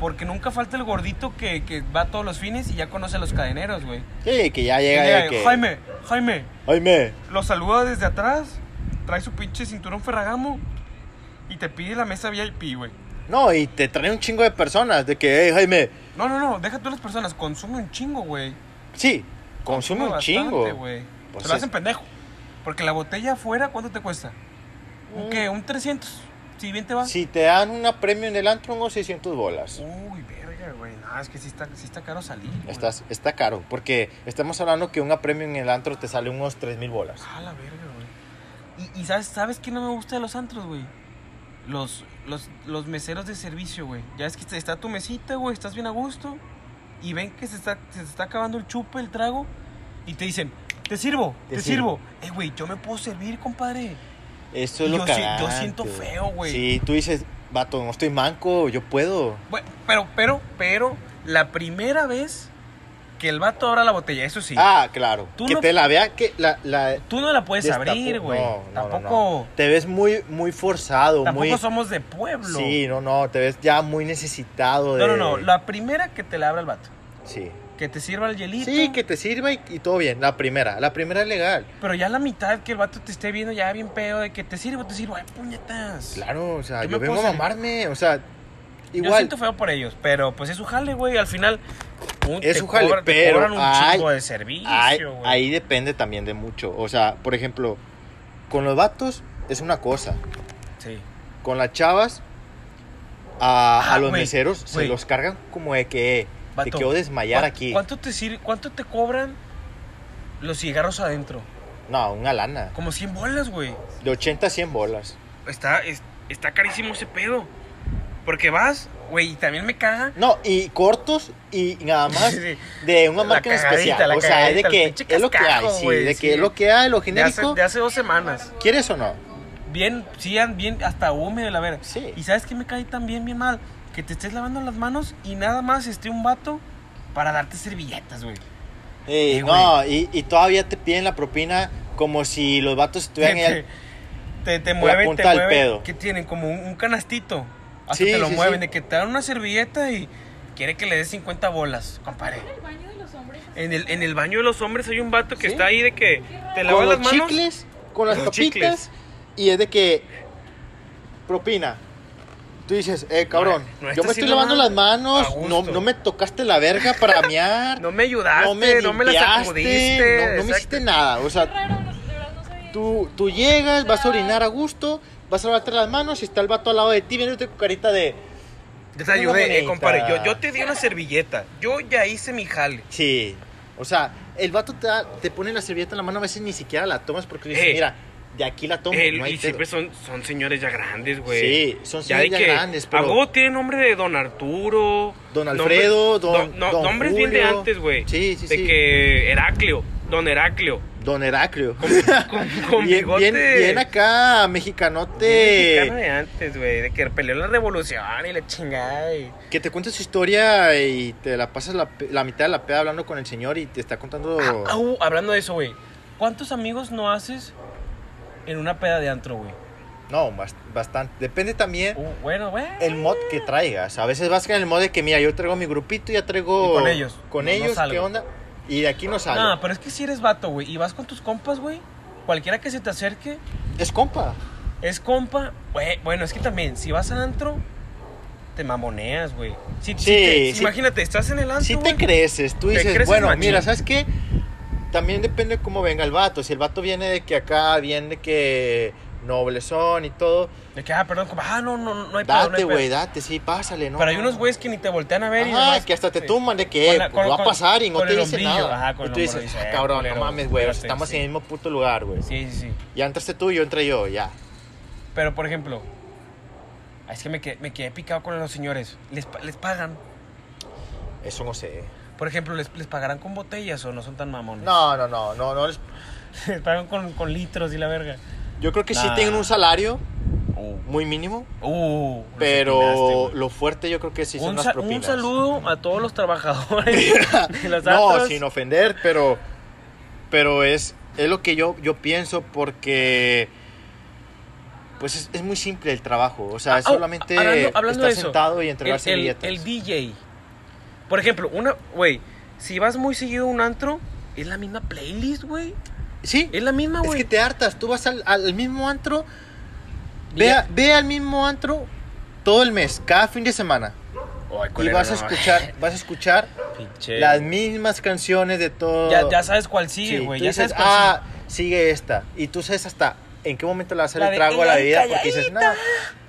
Speaker 1: Porque nunca falta el gordito que, que va todos los fines y ya conoce a los cadeneros, güey.
Speaker 2: sí, que ya llega,
Speaker 1: Y llega,
Speaker 2: de que,
Speaker 1: Jaime, Jaime,
Speaker 2: Jaime,
Speaker 1: lo saluda desde atrás, trae su pinche cinturón ferragamo y te pide la mesa VIP, güey.
Speaker 2: No, y te trae un chingo de personas de que, hey, Jaime,
Speaker 1: No, no, no, deja tú a las personas, consume un chingo, güey.
Speaker 2: sí, consume un
Speaker 1: bastante,
Speaker 2: chingo.
Speaker 1: güey.
Speaker 2: Pues
Speaker 1: Se lo
Speaker 2: es-
Speaker 1: hacen pendejo. Porque la botella afuera, ¿cuánto te cuesta? ¿Un qué? ¿Un 300? Si bien te va.
Speaker 2: Si te dan una premio en el antro, unos 600 bolas.
Speaker 1: Uy, verga, güey. No, es que sí está, sí está caro salir. güey.
Speaker 2: Estás, está caro, porque estamos hablando que una premio en el antro te sale unos 3000 bolas.
Speaker 1: Ah, la verga, güey. Y, y sabes, ¿sabes qué no me gusta de los antros, güey? Los, los, los meseros de servicio, güey. Ya es que te- está tu mesita, güey, estás bien a gusto. Y ven que se está, se está acabando el chupe, el trago. Y te dicen, te sirvo, te,
Speaker 2: Te
Speaker 1: sirvo. Eh, güey, yo me puedo servir, compadre.
Speaker 2: Eso es
Speaker 1: Yo
Speaker 2: lo
Speaker 1: si-
Speaker 2: que
Speaker 1: yo siento feo, güey.
Speaker 2: Sí, tú dices, vato, no estoy manco, yo puedo.
Speaker 1: Bueno, pero, pero, pero, la primera vez que el vato abra la botella, eso sí.
Speaker 2: Ah, claro.
Speaker 1: Tú
Speaker 2: que
Speaker 1: no-
Speaker 2: te la vea, que la... la
Speaker 1: Tú no la puedes
Speaker 2: destapó.
Speaker 1: abrir, güey.
Speaker 2: No, no, no, no.
Speaker 1: tampoco,
Speaker 2: Te ves muy, muy forzado,
Speaker 1: tampoco
Speaker 2: muy...
Speaker 1: somos de pueblo.
Speaker 2: Sí, no, no, te ves ya muy necesitado de...
Speaker 1: No, no, no. La primera que te la abra el vato.
Speaker 2: Sí.
Speaker 1: Que te sirva el hielito.
Speaker 2: Sí, que te sirva y, y todo bien. La primera, la primera es legal.
Speaker 1: Pero ya la mitad que el vato te esté viendo ya bien pedo de que te sirvo, te sirvo. Ay, puñetas.
Speaker 2: Claro, o sea,
Speaker 1: Yo me
Speaker 2: yo, vengo a
Speaker 1: puedo salir.
Speaker 2: mamarme, o sea,
Speaker 1: Yo
Speaker 2: igual.
Speaker 1: siento feo por ellos, pero pues es su jale, güey. Al final, uh, te
Speaker 2: Es su jale,
Speaker 1: cobran- te
Speaker 2: pero
Speaker 1: cobran un
Speaker 2: hay-
Speaker 1: chingo de servicio,
Speaker 2: Ahí,
Speaker 1: güey.
Speaker 2: ahí depende también de mucho. O sea, por ejemplo, con los vatos es una cosa.
Speaker 1: Sí.
Speaker 2: Con las chavas, a,
Speaker 1: Ah,
Speaker 2: a los
Speaker 1: güey,
Speaker 2: meseros se
Speaker 1: güey.
Speaker 2: los cargan como de que eh, te
Speaker 1: Vato,
Speaker 2: quiero desmayar
Speaker 1: ¿cuán-
Speaker 2: aquí.
Speaker 1: ¿Cuánto te sir- cuánto te cobran los cigarros adentro?
Speaker 2: No, una lana.
Speaker 1: Como 100 bolas, güey.
Speaker 2: De 80 a 100 bolas.
Speaker 1: Está, es- está carísimo ese pedo. Porque vas, güey, y también me caga.
Speaker 2: No, y cortos y nada más
Speaker 1: Sí, sí.
Speaker 2: de una
Speaker 1: La
Speaker 2: marca en
Speaker 1: cagadita,
Speaker 2: especial.
Speaker 1: la
Speaker 2: O sea, es de
Speaker 1: cagadita, el
Speaker 2: que
Speaker 1: pinche
Speaker 2: es lo que hay,
Speaker 1: cascajo,
Speaker 2: sí,
Speaker 1: güey,
Speaker 2: de
Speaker 1: sí.
Speaker 2: que es lo que hay, lo
Speaker 1: De hace,
Speaker 2: genérico.
Speaker 1: de hace dos semanas.
Speaker 2: ¿Quieres o no?
Speaker 1: Bien, sí, an- bien, hasta húmedo, la verga.
Speaker 2: Sí.
Speaker 1: Y sabes que me cae también bien mal. Que te estés lavando las manos y nada más esté un vato para darte servilletas, güey.
Speaker 2: Eh,
Speaker 1: Sí,
Speaker 2: no, y, y todavía te piden la propina como si los vatos estuvieran en
Speaker 1: te,
Speaker 2: el...
Speaker 1: te, te mueven,
Speaker 2: punta
Speaker 1: te
Speaker 2: al
Speaker 1: mueven.
Speaker 2: pedo.
Speaker 1: Que tienen como un, un canastito. Así
Speaker 2: Sí,
Speaker 1: te lo
Speaker 2: sí,
Speaker 1: mueven,
Speaker 2: sí.
Speaker 1: de que te dan una servilleta y quiere que le des 50 bolas, compadre.
Speaker 3: ¿En el baño de los hombres?
Speaker 1: En el, en el baño de los hombres hay un vato que
Speaker 2: Sí.
Speaker 1: está ahí de que te lava
Speaker 2: con
Speaker 1: las
Speaker 2: los
Speaker 1: manos.
Speaker 2: chicles, con las
Speaker 1: Los
Speaker 2: papitas, y es de que propina. Tú dices, eh, cabrón,
Speaker 1: No, no
Speaker 2: yo
Speaker 1: estás
Speaker 2: me estoy
Speaker 1: haciendo
Speaker 2: lavando
Speaker 1: nada.
Speaker 2: las
Speaker 1: A
Speaker 2: manos, no,
Speaker 1: gusto.
Speaker 2: no me tocaste la verga para mear,
Speaker 1: No me ayudaste, no me, la
Speaker 2: limpiaste,
Speaker 1: sacudiste.
Speaker 2: no, no me
Speaker 1: exacto.
Speaker 2: hiciste nada. O
Speaker 3: Qué
Speaker 2: sea,
Speaker 3: raro, no- de verdad no sabía.
Speaker 2: tú, tú llegas, vas a orinar a gusto, vas a lavarte las manos y está el vato al lado de ti, viendo tu carita de...
Speaker 1: Yo te ayudé, eh,
Speaker 2: Bonita.
Speaker 1: compadre. Yo, yo te di una servilleta. Yo ya hice mi jale.
Speaker 2: Sí. O sea, el vato te, da- te pone la servilleta en la mano, a veces ni siquiera la tomas porque dices,
Speaker 1: Eh.
Speaker 2: mira, de aquí la tomo.
Speaker 1: Eh,
Speaker 2: no hay
Speaker 1: y siempre
Speaker 2: pedo".
Speaker 1: son, son señores ya grandes, güey.
Speaker 2: Sí, son
Speaker 1: Ya de
Speaker 2: señores ya
Speaker 1: que,
Speaker 2: grandes, pero-
Speaker 1: a huevo tiene nombre de Don Arturo.
Speaker 2: Don
Speaker 1: nombre-
Speaker 2: Alfredo, don-
Speaker 1: no,
Speaker 2: don
Speaker 1: nombres bien de
Speaker 2: Julio.
Speaker 1: antes, güey.
Speaker 2: Sí, sí,
Speaker 1: de
Speaker 2: sí.
Speaker 1: que Heracleo, Don Heracleo.
Speaker 2: Don Heraclio.
Speaker 1: Con, con
Speaker 2: bien,
Speaker 1: bigote.
Speaker 2: bien, bien acá, mexicanote.
Speaker 1: bien mexicano de antes, güey. De que peleó la revolución y la chingada. y-
Speaker 2: que te cuente su historia y te la pasas la, pe- la mitad de la peda hablando con el señor y te está contando.
Speaker 1: Ah, ah, uh, hablando de eso, güey. ¿Cuántos amigos no haces en una peda de antro, güey?
Speaker 2: No, bas- bastante. Depende también
Speaker 1: Uh, bueno, güey.
Speaker 2: el mod que traigas. A veces vas con el mod de que, mira, yo traigo mi grupito, ya traigo.
Speaker 1: Y con ellos.
Speaker 2: Con
Speaker 1: No, no
Speaker 2: ellos,
Speaker 1: salgo.
Speaker 2: ¿qué onda? Y de aquí no sale.
Speaker 1: No, pero es que si eres vato, güey, y vas con tus compas, güey, cualquiera que se te acerque
Speaker 2: Es compa.
Speaker 1: es compa. Güey, bueno, es que también, si vas al antro, te mamoneas, güey. Si, si
Speaker 2: Sí,
Speaker 1: te-
Speaker 2: sí.
Speaker 1: Imagínate, estás en el antro.
Speaker 2: Si te
Speaker 1: güey.
Speaker 2: creces, tú
Speaker 1: Te
Speaker 2: dices,
Speaker 1: creces
Speaker 2: bueno,
Speaker 1: machín.
Speaker 2: mira, ¿sabes qué? También depende de cómo venga el vato. Si el vato viene de que acá, viene de que noblezón y todo,
Speaker 1: De que, ah, perdón, compa, ah, no, no, no hay pedo, no hay
Speaker 2: date,
Speaker 1: pedo.
Speaker 2: güey, date, sí, pásale, ¿no?
Speaker 1: Pero hay unos güeyes que ni te voltean a ver y
Speaker 2: Ajá,
Speaker 1: nomás-
Speaker 2: que hasta te
Speaker 1: Sí.
Speaker 2: tumban de que
Speaker 1: Con la-
Speaker 2: pues,
Speaker 1: con-
Speaker 2: va
Speaker 1: con-
Speaker 2: a pasar y no
Speaker 1: con
Speaker 2: te
Speaker 1: el
Speaker 2: dice
Speaker 1: hombrillo,
Speaker 2: nada.
Speaker 1: ajá, con
Speaker 2: y
Speaker 1: el
Speaker 2: tú dices,
Speaker 1: hombrillo,
Speaker 2: ah,
Speaker 1: dice,
Speaker 2: cabrón,
Speaker 1: culero,
Speaker 2: no mames, güey,
Speaker 1: espérate,
Speaker 2: estamos
Speaker 1: sí.
Speaker 2: en el mismo puto lugar, güey.
Speaker 1: Sí, sí, sí.
Speaker 2: Ya entraste tú, yo entré yo, ya.
Speaker 1: Pero, por ejemplo, ah, es que me, que- me quedé picado con los señores. Les, pa- les pagan.
Speaker 2: Eso no sé.
Speaker 1: Por ejemplo, ¿les, ¿les pagarán con botellas o no son tan mamones?
Speaker 2: No, no, no, no, no. es-
Speaker 1: les pagan con, con litros y la verga.
Speaker 2: Yo creo que sí
Speaker 1: Nah.
Speaker 2: tienen un salario
Speaker 1: Uh.
Speaker 2: muy mínimo,
Speaker 1: Uh, nos empinaste,
Speaker 2: pero
Speaker 1: güey.
Speaker 2: lo fuerte yo creo que sí son
Speaker 1: un,
Speaker 2: las
Speaker 1: sa- un
Speaker 2: propinas.
Speaker 1: saludo a todos los trabajadores de los
Speaker 2: no,
Speaker 1: antros.
Speaker 2: sin ofender, pero, pero es, es lo que yo, yo pienso porque pues es, es muy simple el trabajo. O sea, es
Speaker 1: Ah,
Speaker 2: solamente
Speaker 1: ah, hablando- hablando de
Speaker 2: estar
Speaker 1: eso,
Speaker 2: sentado y
Speaker 1: El-
Speaker 2: entregar
Speaker 1: el,
Speaker 2: servilletas.
Speaker 1: el DJ. Por ejemplo, una, güey, si vas muy seguido a un antro, es la misma playlist, güey.
Speaker 2: sí,
Speaker 1: Es la misma,
Speaker 2: es
Speaker 1: güey.
Speaker 2: que te hartas. Tú vas al, al mismo antro,
Speaker 1: Y
Speaker 2: ve,
Speaker 1: ya-
Speaker 2: a- ve al mismo antro todo el mes, cada fin de semana.
Speaker 1: Ay,
Speaker 2: Y
Speaker 1: culero,
Speaker 2: vas a
Speaker 1: no.
Speaker 2: escuchar, vas a escuchar
Speaker 1: Pinche.
Speaker 2: las mismas canciones de todo.
Speaker 1: ya, ya sabes cuál
Speaker 2: Sí,
Speaker 1: sigue, güey.
Speaker 2: tú
Speaker 1: ya
Speaker 2: dices,
Speaker 1: sabes cuál
Speaker 2: ah, sigue esta. Y tú sabes hasta en qué momento le vas a hacer
Speaker 1: La
Speaker 2: el
Speaker 1: de,
Speaker 2: trago a la
Speaker 1: "Ay,
Speaker 2: vida porque dices, nada,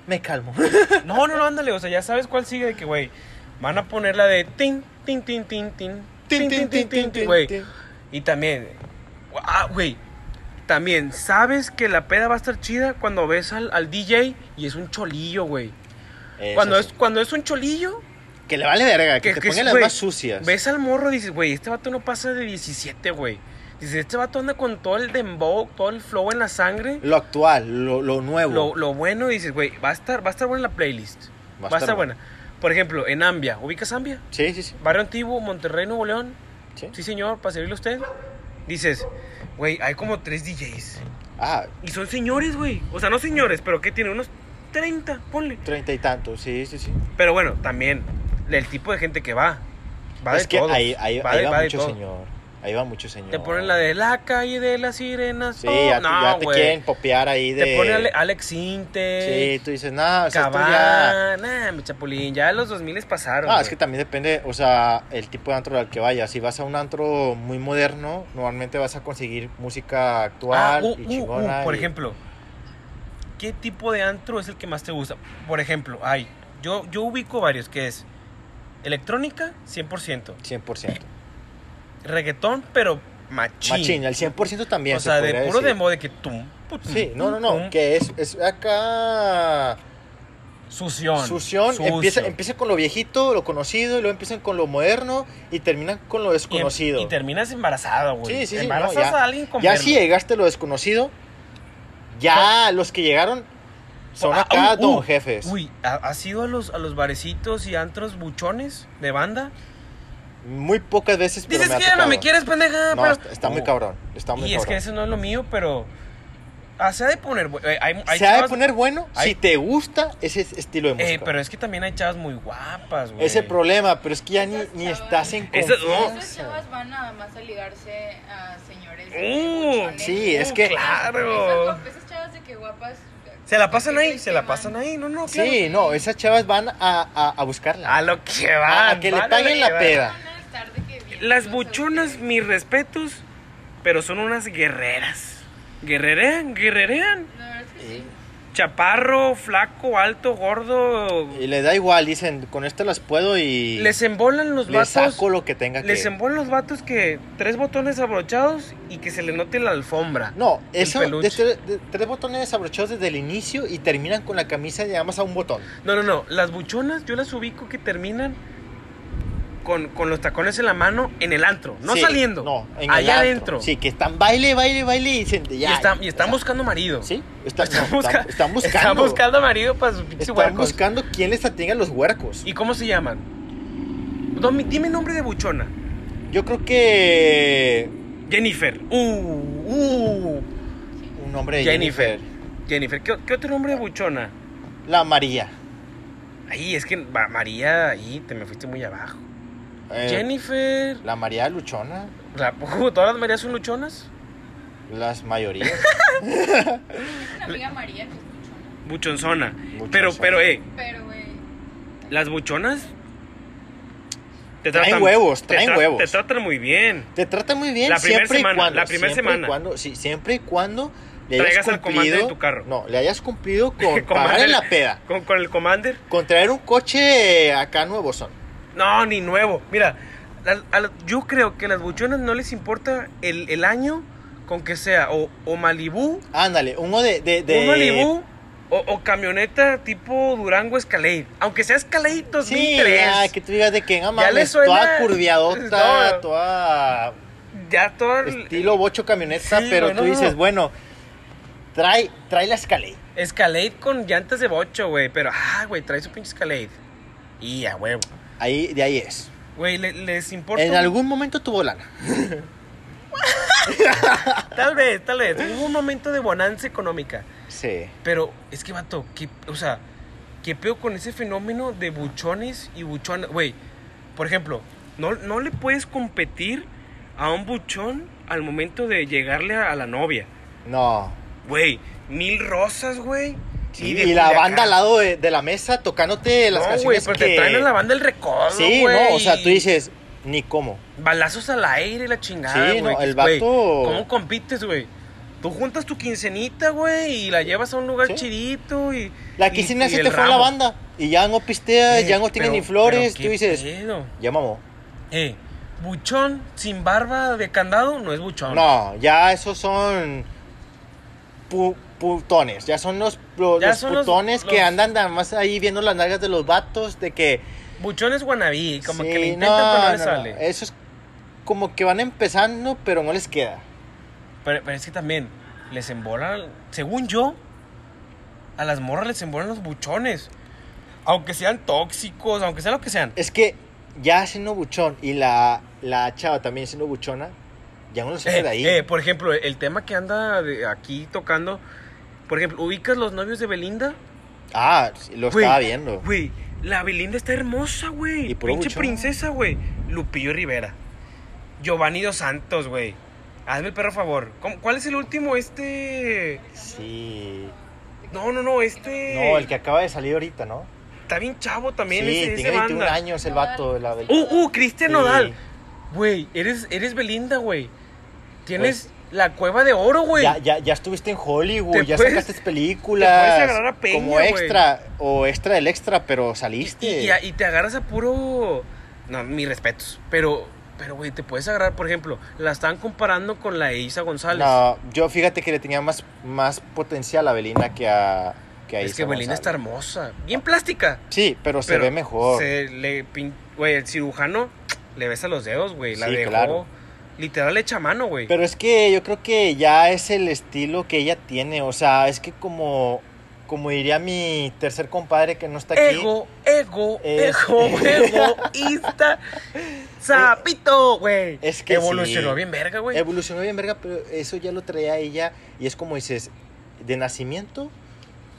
Speaker 2: me calmo.
Speaker 1: sigue. No, no, no, ándale. O sea, ya sabes cuál sigue de que, güey, van a poner la de tin, tin, tin, tin, tin. Tin, tin, tin, tin, tin, güey. Y también, ah, güey, también, ¿sabes que la peda va a estar chida cuando ves al, al DJ y es un cholillo, güey?
Speaker 2: Eso
Speaker 1: Cuando
Speaker 2: sí.
Speaker 1: es, cuando es un cholillo,
Speaker 2: Que le vale verga, que, te
Speaker 1: es,
Speaker 2: pongan las
Speaker 1: güey,
Speaker 2: más sucias.
Speaker 1: Ves al morro y dices, güey, este vato no pasa de 17, güey. Dices, este vato anda con todo el dembow, todo el flow en la sangre.
Speaker 2: Lo actual, lo, lo nuevo.
Speaker 1: Lo, lo bueno, dices, güey, va a estar, va a estar buena la playlist. Va a estar buena. Por ejemplo, en Ambia, ¿ubicas Ambia?
Speaker 2: Sí, sí, sí.
Speaker 1: Barrio Antiguo, Monterrey, Nuevo León.
Speaker 2: sí.
Speaker 1: Sí, señor, para servirle a usted. Dices, güey, hay como tres DJs.
Speaker 2: Ah,
Speaker 1: Y son señores, güey. O sea, no señores, pero que tienen unos 30, ponle.
Speaker 2: treinta y tantos, sí, sí, sí.
Speaker 1: Pero bueno, también el tipo de gente que va. Va
Speaker 2: es
Speaker 1: de
Speaker 2: que
Speaker 1: todos.
Speaker 2: ahí, ahí,
Speaker 1: va
Speaker 2: ahí
Speaker 1: de-
Speaker 2: va,
Speaker 1: va de
Speaker 2: mucho
Speaker 1: todo.
Speaker 2: señor. Ahí va mucho señor.
Speaker 1: Te ponen la de la calle de las sirenas.
Speaker 2: Sí,
Speaker 1: oh,
Speaker 2: ya, te-
Speaker 1: no,
Speaker 2: ya te
Speaker 1: güey.
Speaker 2: quieren popear ahí de.
Speaker 1: Te ponen "Ah, Ale- Alex Inte.
Speaker 2: Sí, tú dices, no, o sea, esto ya.
Speaker 1: Cabana, nah, mi chapulín, ya los 2000 pasaron.
Speaker 2: Ah, es que
Speaker 1: güey.
Speaker 2: también depende, o sea, el tipo de antro al que vayas. Si vas a un antro muy moderno, normalmente vas a conseguir música
Speaker 1: Ah,
Speaker 2: actual
Speaker 1: uh,
Speaker 2: y
Speaker 1: uh,
Speaker 2: chingona.
Speaker 1: uh, por
Speaker 2: y-
Speaker 1: ejemplo, ¿qué tipo de antro es el que más te gusta? Por ejemplo, hay, yo, yo ubico varios, que es electrónica, 100%,
Speaker 2: 100%.
Speaker 1: reggaetón, pero machín.
Speaker 2: Machín, al 100% también.
Speaker 1: o
Speaker 2: se
Speaker 1: sea,
Speaker 2: podría
Speaker 1: de puro
Speaker 2: decir.
Speaker 1: demo de que tum, put,
Speaker 2: Sí, no, no,
Speaker 1: tum,
Speaker 2: no,
Speaker 1: tum,
Speaker 2: que es, es acá
Speaker 1: Sución.
Speaker 2: sución, empieza,
Speaker 1: sucio.
Speaker 2: empieza con lo viejito, lo conocido, y luego empiezan con lo moderno y terminan con lo
Speaker 1: Y em-
Speaker 2: desconocido.
Speaker 1: Y, terminas embarazado, güey.
Speaker 2: Sí, sí, sí,
Speaker 1: Embarazas
Speaker 2: no, ya.
Speaker 1: a alguien con
Speaker 2: ya
Speaker 1: verlo.
Speaker 2: si llegaste a lo desconocido, ya los que llegaron son
Speaker 1: Ah,
Speaker 2: acá
Speaker 1: uh, uh,
Speaker 2: don jefes.
Speaker 1: Uy, ¿ha- ¿has ido a los, a los barecitos y antros buchones de banda?
Speaker 2: Muy pocas veces. pero
Speaker 1: Dices
Speaker 2: ha
Speaker 1: que ya no me
Speaker 2: tocado.
Speaker 1: quieres, pendeja.
Speaker 2: No,
Speaker 1: pero-
Speaker 2: está, está muy
Speaker 1: Uh,
Speaker 2: cabrón. Está muy
Speaker 1: Y es que
Speaker 2: cabrón.
Speaker 1: eso no es lo mío, pero. Ah, se ha de poner. bu- eh, hay- hay
Speaker 2: Se ha de
Speaker 1: chavas-
Speaker 2: poner bueno
Speaker 1: hay-
Speaker 2: si te gusta ese es- estilo de música.
Speaker 1: Eh, pero es que también hay chavas muy guapas, güey.
Speaker 2: es el problema, pero es que ya ni,
Speaker 3: Esas
Speaker 2: ni
Speaker 3: chavas-
Speaker 2: estás en
Speaker 1: Esas- no.
Speaker 2: confianza.
Speaker 3: Esas chavas van nada más a ligarse a señores.
Speaker 1: Uh,
Speaker 3: buchones.
Speaker 2: sí, es
Speaker 1: Uh,
Speaker 2: que-
Speaker 3: Esas,
Speaker 1: Claro.
Speaker 3: guap- esas chavas de que guapas.
Speaker 1: Se la pasan ahí, se la
Speaker 3: queman.
Speaker 1: pasan ahí. No, no, claro.
Speaker 2: Sí, no, esas chavas van a, a, a buscarla.
Speaker 1: A lo que
Speaker 2: A
Speaker 1: va.
Speaker 2: que le paguen la peda.
Speaker 3: Van a estar de que bien,
Speaker 1: Las
Speaker 3: no sé,
Speaker 1: buchonas,
Speaker 3: ustedes.
Speaker 1: mis respetos, pero son unas guerreras. Guerrerean, guerrerean.
Speaker 3: La verdad es que sí.
Speaker 1: Chaparro, flaco, alto, gordo.
Speaker 2: Y le da igual, dicen, con esto las puedo y
Speaker 1: Les embolan los
Speaker 2: les
Speaker 1: vatos.
Speaker 2: saco lo que tenga que.
Speaker 1: Les embolan los vatos que tres botones abrochados y que se le note la alfombra.
Speaker 2: No,
Speaker 1: El
Speaker 2: eso,
Speaker 1: peluche.
Speaker 2: de tre- de tres botones desabrochados desde el inicio y terminan con la camisa y más a un botón.
Speaker 1: No, no, no. Las buchonas yo las ubico que terminan con, con los tacones en la mano en el antro. No
Speaker 2: Sí,
Speaker 1: saliendo.
Speaker 2: No, en el
Speaker 1: allá
Speaker 2: antro.
Speaker 1: adentro.
Speaker 2: Sí, que están baile, baile, baile y dicen,
Speaker 1: y,
Speaker 2: ya.
Speaker 1: están, y están
Speaker 2: o sea,
Speaker 1: buscando marido.
Speaker 2: Sí, está- no,
Speaker 1: Están,
Speaker 2: están,
Speaker 1: busca-
Speaker 2: están buscando.
Speaker 1: están buscando marido para sus pinches
Speaker 2: Están
Speaker 1: huercos.
Speaker 2: buscando quién les atiende a los huercos.
Speaker 1: ¿Y cómo se llaman? Dame- Dime nombre de buchona.
Speaker 2: Yo creo que.
Speaker 1: Jennifer. Uh, uh.
Speaker 2: Un nombre de
Speaker 1: Jennifer.
Speaker 2: Jennifer.
Speaker 1: Jennifer. ¿Qué, qué otro nombre de buchona?
Speaker 2: La María.
Speaker 1: Ahí, es que Ma- María, ahí te me fuiste muy abajo.
Speaker 2: Eh,
Speaker 1: Jennifer.
Speaker 2: La María Luchona.
Speaker 1: la- ¿Todas las Marías son luchonas?
Speaker 2: Las mayorías.
Speaker 3: Tengo una amiga María que es buchona.
Speaker 1: Buchonzona.
Speaker 2: Buchonzona.
Speaker 1: Pero, pero, eh,
Speaker 3: Pero, güey.
Speaker 1: las buchonas. Te
Speaker 2: Traen huevos, traen
Speaker 1: te tra-
Speaker 2: huevos.
Speaker 1: Te tratan muy bien.
Speaker 2: Te trata muy bien
Speaker 1: La primer
Speaker 2: siempre
Speaker 1: semana,
Speaker 2: y cuando.
Speaker 1: la primer
Speaker 2: siempre y
Speaker 1: semana.
Speaker 2: cuando- sí, siempre y cuando le
Speaker 1: Traigas
Speaker 2: hayas
Speaker 1: al comandante
Speaker 2: cumplido.
Speaker 1: de tu carro.
Speaker 2: No, le hayas cumplido con
Speaker 1: Con
Speaker 2: pagar en
Speaker 1: Manuel-
Speaker 2: la peda.
Speaker 1: Con, con el commander.
Speaker 2: Con traer un coche acá nuevo son.
Speaker 1: No, ni nuevo. Mira, las- a las- yo creo que a las buchonas no les importa el, el año con que sea. O, o Malibú,
Speaker 2: Ándale, uno de. de, de-
Speaker 1: un Malibú, o, o camioneta tipo Durango Escalade. Aunque sea Escalade
Speaker 2: Sí,
Speaker 1: 2003.
Speaker 2: ya, que tú digas de que no
Speaker 1: le
Speaker 2: mames,
Speaker 1: suena-
Speaker 2: toda curviadota,
Speaker 1: No.
Speaker 2: toda
Speaker 1: Ya todo el-
Speaker 2: estilo bocho camioneta,
Speaker 1: Sí,
Speaker 2: pero
Speaker 1: güey,
Speaker 2: tú
Speaker 1: no,
Speaker 2: dices,
Speaker 1: no.
Speaker 2: bueno, trae, trae la escalé.
Speaker 1: Escalade con llantas de bocho, güey. Pero, ah, güey, trae su pinche Escalade. Y a huevo.
Speaker 2: Ahí, de ahí es.
Speaker 1: Güey, le- les importa.
Speaker 2: En
Speaker 1: un-
Speaker 2: algún momento tuvo lana.
Speaker 1: Tal vez, tal vez. Hubo un momento de bonanza económica.
Speaker 2: Sí.
Speaker 1: Pero es que, vato, ¿qué, o sea, ¿qué pedo con ese fenómeno de buchones y buchonas? Güey, por ejemplo, no, no le puedes competir a un buchón al momento de llegarle a, a la novia.
Speaker 2: No.
Speaker 1: Güey, mil rosas, güey.
Speaker 2: Sí,
Speaker 1: de
Speaker 2: y la
Speaker 1: Culiacán.
Speaker 2: banda al lado de, de la mesa tocándote las
Speaker 1: no, güey,
Speaker 2: canciones
Speaker 1: pero
Speaker 2: que...
Speaker 1: te traen a la banda el recodo,
Speaker 2: Sí,
Speaker 1: güey,
Speaker 2: no, o sea, tú
Speaker 1: y
Speaker 2: dices, ni cómo.
Speaker 1: Balazos al aire, la chingada,
Speaker 2: Sí, no,
Speaker 1: güey,
Speaker 2: el
Speaker 1: güey,
Speaker 2: vato-
Speaker 1: ¿Cómo compites, güey? Tú juntas tu quincenita, güey, y la llevas a un lugar
Speaker 2: Sí.
Speaker 1: chidito y...
Speaker 2: La
Speaker 1: y-
Speaker 2: quinceañera
Speaker 1: y
Speaker 2: se
Speaker 1: el
Speaker 2: te fue a la
Speaker 1: ramo.
Speaker 2: banda y ya no pistea,
Speaker 1: Eh,
Speaker 2: ya no tiene
Speaker 1: pero-
Speaker 2: ni flores.
Speaker 1: pero
Speaker 2: Tú
Speaker 1: qué
Speaker 2: dices,
Speaker 1: pedo.
Speaker 2: ya mamó.
Speaker 1: Eh, buchón sin barba de candado no es buchón.
Speaker 2: No, ya esos son pu- putones. Ya son los, lo-
Speaker 1: Ya
Speaker 2: los
Speaker 1: son los-
Speaker 2: putones que
Speaker 1: los-
Speaker 2: andan nada más ahí viendo las nalgas de los vatos. De que.
Speaker 1: Buchón es wannabe, como
Speaker 2: sí,
Speaker 1: que le intentan pero no le
Speaker 2: no, Eh.
Speaker 1: sale.
Speaker 2: Eso es como que van empezando, pero no les queda.
Speaker 1: Pero, pero es que también les embolan, según yo, a las morras les embolan los buchones. Aunque sean tóxicos, aunque sean lo que sean.
Speaker 2: Es que ya siendo buchón y la, la chava también siendo buchona, ya uno se
Speaker 1: Eh,
Speaker 2: de ahí.
Speaker 1: eh, por ejemplo, el tema que anda de aquí tocando, por ejemplo, ¿ubicas los novios de Belinda?
Speaker 2: ah, sí, lo
Speaker 1: Güey,
Speaker 2: estaba viendo.
Speaker 1: Güey, la Belinda está hermosa, güey.
Speaker 2: Y puro
Speaker 1: Pinche
Speaker 2: buchón.
Speaker 1: princesa, güey. Lupillo Rivera. Giovanni Dos Santos, güey. Hazme el perro favor. ¿Cómo- ¿Cuál es el último? Este.
Speaker 2: Sí.
Speaker 1: No, no, no, este.
Speaker 2: No, el que acaba de salir ahorita, ¿no?
Speaker 1: Está bien chavo también
Speaker 2: sí,
Speaker 1: ese, ese
Speaker 2: tiene 21
Speaker 1: banda.
Speaker 2: años el vato de la del-
Speaker 1: Uh, uh, Cristian
Speaker 2: Sí.
Speaker 1: Nodal. Güey, eres, eres Belinda, güey. Tienes la cueva de oro, güey.
Speaker 2: Pues- Ya, ya, ya estuviste en Hollywood,
Speaker 1: Te
Speaker 2: ya
Speaker 1: puedes-
Speaker 2: sacaste películas.
Speaker 1: te puedes agarrar a Peña,
Speaker 2: como
Speaker 1: güey.
Speaker 2: extra o extra del extra, pero
Speaker 1: Y,
Speaker 2: saliste.
Speaker 1: y- y te agarras a puro. No, mis respetos. Pero, pero, güey, te puedes agarrar, por ejemplo, la están comparando con la Isa González.
Speaker 2: No, yo fíjate que le tenía más, más potencial a Belinda que a, que a
Speaker 1: es
Speaker 2: Isa
Speaker 1: que Belinda
Speaker 2: González.
Speaker 1: está hermosa. Bien plástica.
Speaker 2: Sí, pero se
Speaker 1: pero
Speaker 2: ve mejor.
Speaker 1: se le pin- Güey, el cirujano le besa los dedos, güey. La
Speaker 2: Sí,
Speaker 1: dejó.
Speaker 2: claro.
Speaker 1: Literal le echa mano, güey.
Speaker 2: Pero es que yo creo que ya es el estilo que ella tiene. O sea, es que como, como diría mi tercer compadre que no está aquí.
Speaker 1: Ego, ego,
Speaker 2: Es-
Speaker 1: ego, egoísta. Sapito, güey.
Speaker 2: Es que
Speaker 1: evolucionó
Speaker 2: sí.
Speaker 1: bien verga, güey.
Speaker 2: Evolucionó bien verga, pero eso ya lo traía ella. Y es como dices, de nacimiento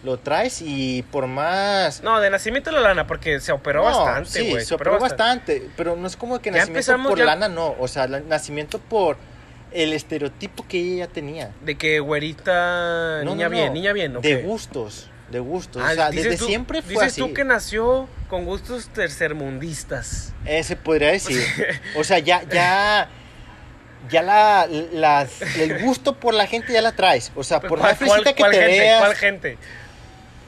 Speaker 2: lo traes y por más...
Speaker 1: no, de nacimiento la lana, porque se operó
Speaker 2: No,
Speaker 1: bastante,
Speaker 2: sí,
Speaker 1: güey.
Speaker 2: se operó bastante, Pero no es como que
Speaker 1: Ya
Speaker 2: nacimiento
Speaker 1: empezamos,
Speaker 2: por
Speaker 1: ya-
Speaker 2: lana, no. O sea, la- nacimiento por el estereotipo que ella tenía.
Speaker 1: De que güerita,
Speaker 2: No,
Speaker 1: Ah, niña
Speaker 2: no, no,
Speaker 1: bien, niña bien, ¿o
Speaker 2: De
Speaker 1: qué?
Speaker 2: gustos, de gustos.
Speaker 1: Ah,
Speaker 2: o sea,
Speaker 1: dices
Speaker 2: desde
Speaker 1: tú-
Speaker 2: siempre fue
Speaker 1: dices
Speaker 2: así.
Speaker 1: tú que nació con gustos tercermundistas.
Speaker 2: Eh, se podría decir. O sea, ya, ya, ya la, las- el gusto por la gente ya la traes. O sea, por
Speaker 1: Pues, ¿Cuál-
Speaker 2: más fresita
Speaker 1: cuál-
Speaker 2: que
Speaker 1: cuál
Speaker 2: te
Speaker 1: gente,
Speaker 2: veas.
Speaker 1: ¿Cuál gente?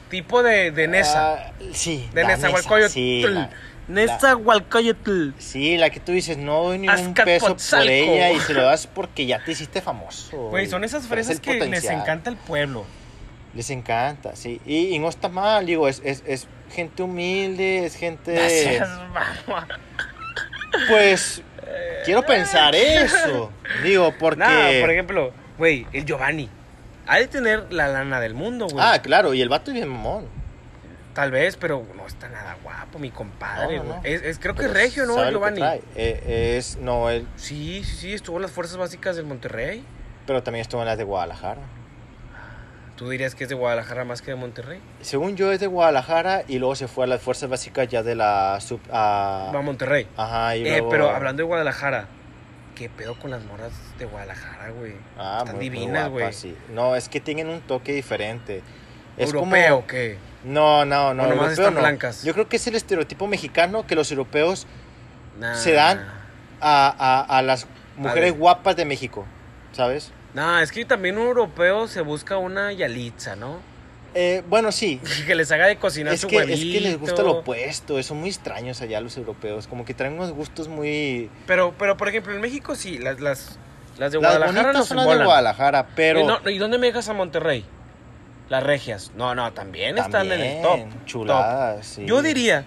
Speaker 1: Tipo de, de Nesa.
Speaker 2: ah, sí.
Speaker 1: de
Speaker 2: la
Speaker 1: Nesa
Speaker 2: Sí,
Speaker 1: Hualcoyotl.
Speaker 2: la,
Speaker 1: Nesa Hualcoyotl.
Speaker 2: sí, la que tú dices, no doy ni un peso por
Speaker 1: Azcapotzalco.
Speaker 2: ella y se lo das porque ya te hiciste famoso.
Speaker 1: Güey,
Speaker 2: y
Speaker 1: son esas
Speaker 2: traes el
Speaker 1: fresas que les
Speaker 2: potencial.
Speaker 1: encanta el pueblo.
Speaker 2: Les encanta, sí. Y, y no está mal, digo, es, es, es gente humilde, es gente...
Speaker 1: Gracias, mamá.
Speaker 2: Pues, quiero pensar eso. Digo, porque...
Speaker 1: Nada, por ejemplo, güey, el Giovanni. Ha de tener la lana del mundo, güey.
Speaker 2: Ah, claro, y el vato es bien mamón.
Speaker 1: Tal vez, pero no está nada guapo, mi compadre,
Speaker 2: No, no,
Speaker 1: güey.
Speaker 2: no.
Speaker 1: Es, es- creo que
Speaker 2: Pero
Speaker 1: es regio, ¿no,
Speaker 2: sabe lo que
Speaker 1: Giovanni?
Speaker 2: trae. Eh, es, no, él,
Speaker 1: Sí, sí, sí, estuvo en las fuerzas básicas del Monterrey.
Speaker 2: pero también estuvo en las de Guadalajara.
Speaker 1: ¿Tú dirías que es de Guadalajara más que de Monterrey?
Speaker 2: Según yo es de Guadalajara y luego se fue a las fuerzas básicas ya de la sub... a-
Speaker 1: Va a Monterrey.
Speaker 2: ajá, y
Speaker 1: Eh,
Speaker 2: luego-
Speaker 1: pero hablando de Guadalajara, ¿qué pedo con las morras de Guadalajara, güey?
Speaker 2: Ah,
Speaker 1: Están
Speaker 2: muy- muy
Speaker 1: divinas,
Speaker 2: guapa,
Speaker 1: güey.
Speaker 2: sí. No, es que tienen un toque diferente. Es como-
Speaker 1: ¿Europeo o qué?
Speaker 2: No, no, no.
Speaker 1: O nomás
Speaker 2: europeo
Speaker 1: están
Speaker 2: no.
Speaker 1: blancas.
Speaker 2: Yo creo que es el estereotipo mexicano que los europeos
Speaker 1: Nah.
Speaker 2: Se dan. a, a- a las mujeres
Speaker 1: Vale.
Speaker 2: guapas de México, ¿sabes?
Speaker 1: Nah, es que también un europeo se busca una yalitza, ¿no?
Speaker 2: Eh, bueno, sí.
Speaker 1: Que les haga de cocinar
Speaker 2: Es
Speaker 1: su
Speaker 2: que, es
Speaker 1: huevito.
Speaker 2: que les gusta lo opuesto, son muy extraños allá los europeos, como que traen unos gustos muy...
Speaker 1: Pero, pero por ejemplo, en México sí, las, las, las de
Speaker 2: Las
Speaker 1: Guadalajara
Speaker 2: bonitas
Speaker 1: nos
Speaker 2: son las de
Speaker 1: embolan.
Speaker 2: Guadalajara, pero...
Speaker 1: ¿Y, no- ¿Y dónde me dejas a Monterrey? Las regias. No, no, también, están en el top.
Speaker 2: también,
Speaker 1: top.
Speaker 2: Chuladas, sí.
Speaker 1: Yo diría,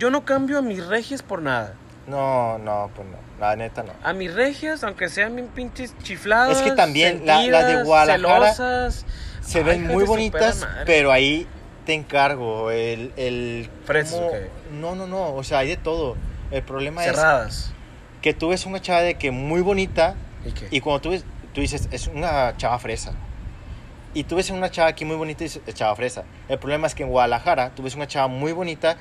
Speaker 1: yo no cambio a mis regias por nada.
Speaker 2: No, no, pues no, la neta no.
Speaker 1: A mis regias, aunque sean bien pinches chifladas.
Speaker 2: Es que también la- las de
Speaker 1: sentidas,
Speaker 2: Guadalajara
Speaker 1: celosas.
Speaker 2: Se
Speaker 1: Ay,
Speaker 2: ven
Speaker 1: hijas
Speaker 2: muy
Speaker 1: de su
Speaker 2: bonitas,
Speaker 1: perra madre.
Speaker 2: pero ahí te encargo, el... el
Speaker 1: Fresas,
Speaker 2: cómo-
Speaker 1: ok.
Speaker 2: No, no, no, o sea, hay de todo. El problema
Speaker 1: Cerradas.
Speaker 2: es que tú ves una chava de que muy bonita,
Speaker 1: ¿Y qué?
Speaker 2: Y cuando tú ves, tú dices, es una chava fresa. Y tú ves a una chava aquí muy bonita y dices, es chava fresa. El problema es que en Guadalajara tú ves una chava muy bonita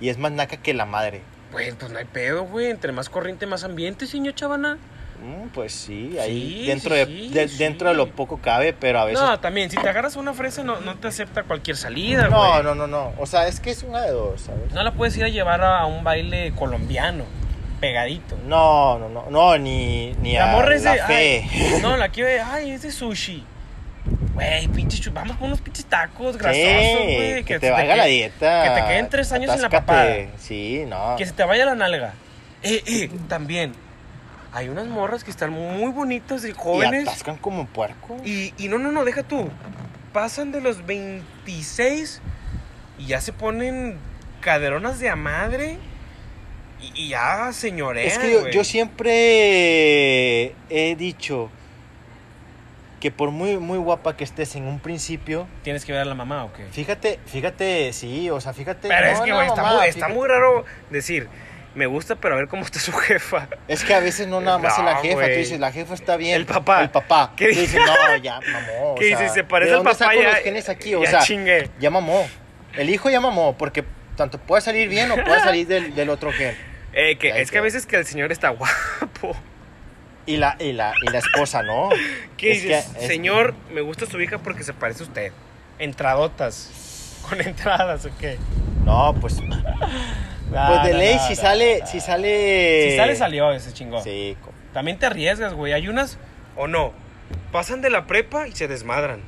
Speaker 2: y es más naca que la madre.
Speaker 1: Güey, pues no hay pedo, güey. Entre más corriente, más ambiente, señor Chavana.
Speaker 2: Mm, pues sí, ahí
Speaker 1: Sí,
Speaker 2: dentro,
Speaker 1: sí,
Speaker 2: de,
Speaker 1: sí,
Speaker 2: de-
Speaker 1: sí.
Speaker 2: dentro de lo poco cabe, pero a veces...
Speaker 1: No, también, si te agarras una fresa, no, no te acepta cualquier salida, güey.
Speaker 2: No, no, no, no. O sea, es que es una de dos, ¿sabes?
Speaker 1: No la puedes ir a llevar a un baile colombiano, pegadito.
Speaker 2: No, no, no, no, ni, ni
Speaker 1: La
Speaker 2: a
Speaker 1: morra es
Speaker 2: la
Speaker 1: de.
Speaker 2: fe.
Speaker 1: ay, no, la quiero de. Ay, es de sushi. Güey, pinches. chu- Vamos con unos pinches tacos grasosos,
Speaker 2: Sí,
Speaker 1: güey.
Speaker 2: que, te valga la dieta.
Speaker 1: que te queden tres años en la
Speaker 2: Atáscate. Sí, no.
Speaker 1: Que se te vaya la nalga. Eh, eh, también. Hay unas morras que están muy bonitas y
Speaker 2: Y
Speaker 1: jóvenes.
Speaker 2: atascan como puerco.
Speaker 1: Y, y no, no, no, deja tú. Pasan de los 26 y ya se ponen caderonas de a madre. Y, y ya señorean,
Speaker 2: Es que yo,
Speaker 1: güey.
Speaker 2: yo siempre he dicho, que por muy, muy guapa que estés en un principio,
Speaker 1: ¿Tienes que ver a la mamá o qué?
Speaker 2: fíjate, fíjate, sí, o sea, fíjate.
Speaker 1: Pero
Speaker 2: no,
Speaker 1: es que,
Speaker 2: no,
Speaker 1: güey, está,
Speaker 2: mamada,
Speaker 1: muy, está
Speaker 2: fíjate-
Speaker 1: muy raro decir, me gusta, pero a ver cómo está su jefa.
Speaker 2: Es que a veces no nada más es la
Speaker 1: No,
Speaker 2: jefa,
Speaker 1: güey.
Speaker 2: tú dices, la jefa está bien.
Speaker 1: El papá.
Speaker 2: El papá.
Speaker 1: ¿Qué
Speaker 2: ¿Qué
Speaker 1: dice?
Speaker 2: dices? No, ya mamó. o
Speaker 1: ¿Qué
Speaker 2: sea,
Speaker 1: dices? Se parece
Speaker 2: ¿de
Speaker 1: al
Speaker 2: dónde
Speaker 1: papá
Speaker 2: saco
Speaker 1: ya.
Speaker 2: los genes aquí? O
Speaker 1: ya
Speaker 2: sea,
Speaker 1: chingue.
Speaker 2: ya mamó. El hijo ya mamó, porque tanto puede salir bien o puede salir del, del otro gen.
Speaker 1: Eh, que,
Speaker 2: Ya
Speaker 1: es que a
Speaker 2: entiendo.
Speaker 1: veces que el señor está guapo.
Speaker 2: Y la, y la, y la esposa, ¿no?
Speaker 1: ¿Qué
Speaker 2: Es que
Speaker 1: dices?
Speaker 2: es-
Speaker 1: Señor, me gusta su hija porque se parece a usted. Entradotas. Con entradas, ¿o qué? Ah,
Speaker 2: No, pues. pues de ley, si sale, si sale.
Speaker 1: Si sale, salió ese chingón.
Speaker 2: Sí, co-
Speaker 1: También te arriesgas, güey. Hay unas, o no, pasan de la prepa y se desmadran.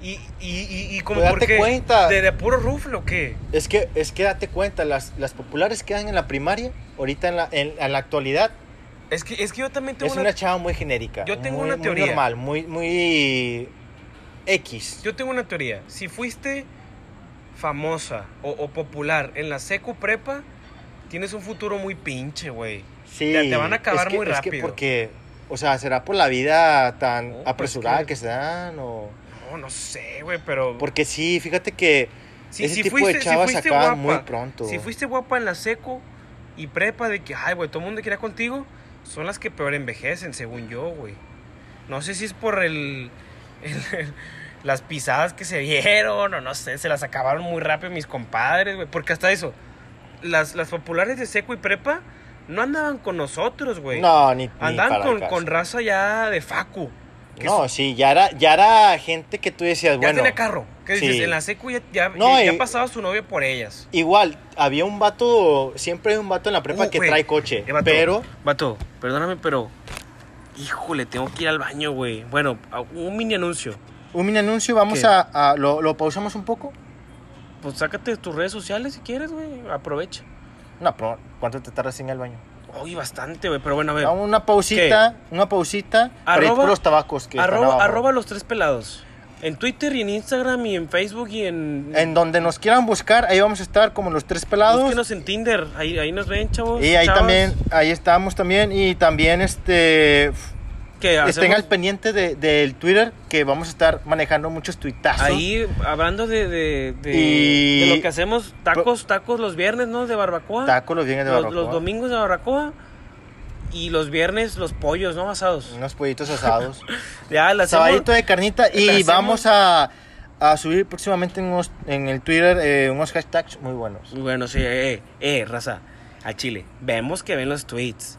Speaker 1: Y, y, y, y como
Speaker 2: Pues date
Speaker 1: porque
Speaker 2: cuenta.
Speaker 1: De, de puro ruflo, ¿qué?
Speaker 2: Es que, es que date cuenta, las, las populares que dan en la primaria, ahorita en la, en, en la actualidad,
Speaker 1: Es que, es que yo también tengo
Speaker 2: es
Speaker 1: una,
Speaker 2: una chava muy genérica.
Speaker 1: Yo tengo
Speaker 2: muy-
Speaker 1: una teoría.
Speaker 2: Muy normal, muy, muy X.
Speaker 1: yo tengo una teoría. Si fuiste famosa o, o popular en la secu prepa, tienes un futuro muy pinche, güey.
Speaker 2: Sí.
Speaker 1: te- te van a acabar
Speaker 2: es que-
Speaker 1: muy
Speaker 2: es que
Speaker 1: rápido.
Speaker 2: porque, o sea, será por la vida tan
Speaker 1: No, pues
Speaker 2: apresurada
Speaker 1: que-
Speaker 2: que... se dan o...
Speaker 1: No, no sé, güey, pero...
Speaker 2: Porque sí, fíjate que
Speaker 1: si,
Speaker 2: ese
Speaker 1: si
Speaker 2: tipo
Speaker 1: fuiste,
Speaker 2: de
Speaker 1: si
Speaker 2: chavas
Speaker 1: fuiste
Speaker 2: acaban
Speaker 1: guapa,
Speaker 2: muy pronto.
Speaker 1: Si fuiste guapa en la seco y prepa de que, ay, güey, todo el mundo quería contigo, son las que peor envejecen, según yo, güey. No sé si es por el, el- las pisadas que se dieron o no sé, se las acabaron muy rápido mis compadres, güey. Porque hasta eso, las, las populares de seco y prepa no andaban con nosotros, güey.
Speaker 2: No, ni, ni para
Speaker 1: Andaban
Speaker 2: el
Speaker 1: con,
Speaker 2: caso.
Speaker 1: con raza ya de facu. que
Speaker 2: No,
Speaker 1: es-
Speaker 2: sí, ya era, ya era gente que tú decías,
Speaker 1: ya
Speaker 2: bueno...
Speaker 1: tenía carro. ¿Qué dices?
Speaker 2: sí.
Speaker 1: En la secu ya, ya,
Speaker 2: No,
Speaker 1: ya-
Speaker 2: eh,
Speaker 1: ya
Speaker 2: y-
Speaker 1: pasaba su novia por ellas.
Speaker 2: Igual, había un vato, siempre hay un vato en la prepa
Speaker 1: Uh,
Speaker 2: que
Speaker 1: güey.
Speaker 2: trae coche,
Speaker 1: Eh, vato,
Speaker 2: pero...
Speaker 1: Vato, perdóname, pero. Híjole, tengo que ir al baño, güey. Bueno, a- un mini anuncio.
Speaker 2: Un mini anuncio, vamos
Speaker 1: ¿Qué?
Speaker 2: a... a- lo, ¿Lo pausamos un poco?
Speaker 1: Pues sácate de tus redes sociales si quieres, güey. Aprovecha.
Speaker 2: No, pero ¿cuánto te tardas en ir al baño?
Speaker 1: Oye, bastante, güey. Pero bueno, a ver.
Speaker 2: Ah, Una pausita, una pausita. para ir
Speaker 1: Arroba-
Speaker 2: por los tabacos que están
Speaker 1: Arroba,
Speaker 2: abajo.
Speaker 1: arroba los tres pelados. En Twitter y en Instagram y en Facebook y en.
Speaker 2: En donde nos quieran buscar, ahí vamos a estar como los tres pelados.
Speaker 1: Búsquenos en Tinder. Ahí, ahí nos ven, chavos.
Speaker 2: Y ahí
Speaker 1: chavas,
Speaker 2: también, ahí estamos también. Y también este
Speaker 1: Que
Speaker 2: estén
Speaker 1: hacemos-
Speaker 2: al pendiente de- del Twitter que vamos a estar manejando muchos tuitazos.
Speaker 1: Ahí, hablando de, de, de-
Speaker 2: Y-
Speaker 1: de lo que hacemos, tacos, tacos los viernes, ¿no? De barbacoa.
Speaker 2: Tacos los viernes de
Speaker 1: los,
Speaker 2: barbacoa.
Speaker 1: los domingos de barbacoa y los viernes los pollos, ¿no? Asados.
Speaker 2: Unos pollitos asados.
Speaker 1: Ya, la hacemos-
Speaker 2: Sabadito de carnita.
Speaker 1: la
Speaker 2: Y
Speaker 1: hacemos-
Speaker 2: vamos a, a subir próximamente unos- en el Twitter eh, unos hashtags muy buenos.
Speaker 1: Bueno, sí, eh, eh, raza, a Chile. Vemos que ven los tweets.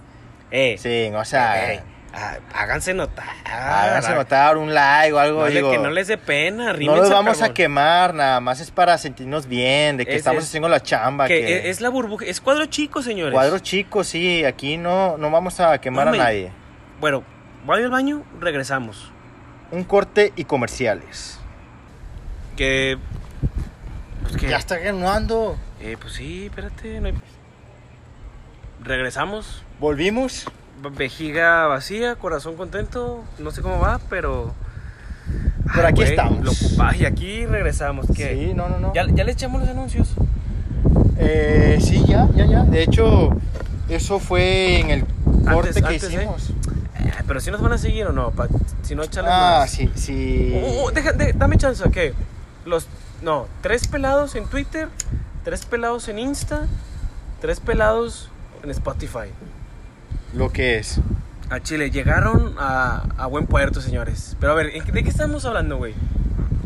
Speaker 1: Eh,
Speaker 2: Sí, o sea,
Speaker 1: eh, ah, háganse notar.
Speaker 2: háganse notar un like o algo.
Speaker 1: Ah, No le-
Speaker 2: digo.
Speaker 1: que no les dé pena,
Speaker 2: No
Speaker 1: rímense
Speaker 2: los
Speaker 1: al
Speaker 2: vamos a
Speaker 1: carbón.
Speaker 2: quemar, nada más es para sentirnos bien, de que
Speaker 1: Es-
Speaker 2: estamos
Speaker 1: es-
Speaker 2: haciendo la chamba.
Speaker 1: Que
Speaker 2: Que,
Speaker 1: es- es la burbuja, es cuadro chico, señores.
Speaker 2: Cuadros chicos, sí, aquí no, no vamos a quemar
Speaker 1: Hombre.
Speaker 2: a nadie.
Speaker 1: Bueno, voy al baño, regresamos.
Speaker 2: Un corte y comerciales.
Speaker 1: Que. Pues que
Speaker 2: Ya está ganando.
Speaker 1: Eh, pues sí, espérate. no hay- Regresamos.
Speaker 2: Volvimos.
Speaker 1: Vejiga vacía, corazón contento. No sé cómo va, pero.
Speaker 2: Pero aquí
Speaker 1: güey,
Speaker 2: estamos.
Speaker 1: Lo ocupa- y aquí regresamos. ¿qué?
Speaker 2: Sí, no, no, no.
Speaker 1: ¿Ya, ya le echamos los anuncios.
Speaker 2: Eh, sí, ya, ya, ya. De hecho, eso fue en el corte que
Speaker 1: antes, ¿eh?
Speaker 2: hicimos.
Speaker 1: Eh, pero si nos van a seguir o no, pa- si no, échale
Speaker 2: Ah,
Speaker 1: más.
Speaker 2: sí, sí.
Speaker 1: Uh, uh, deja- de- dame chance, ¿qué? Los. No, tres pelados en Twitter, tres pelados en Insta, tres pelados en Spotify.
Speaker 2: Lo que es.
Speaker 1: A Chile, llegaron a, a buen puerto, señores. Pero a ver, ¿en qué- ¿de qué estamos hablando, güey?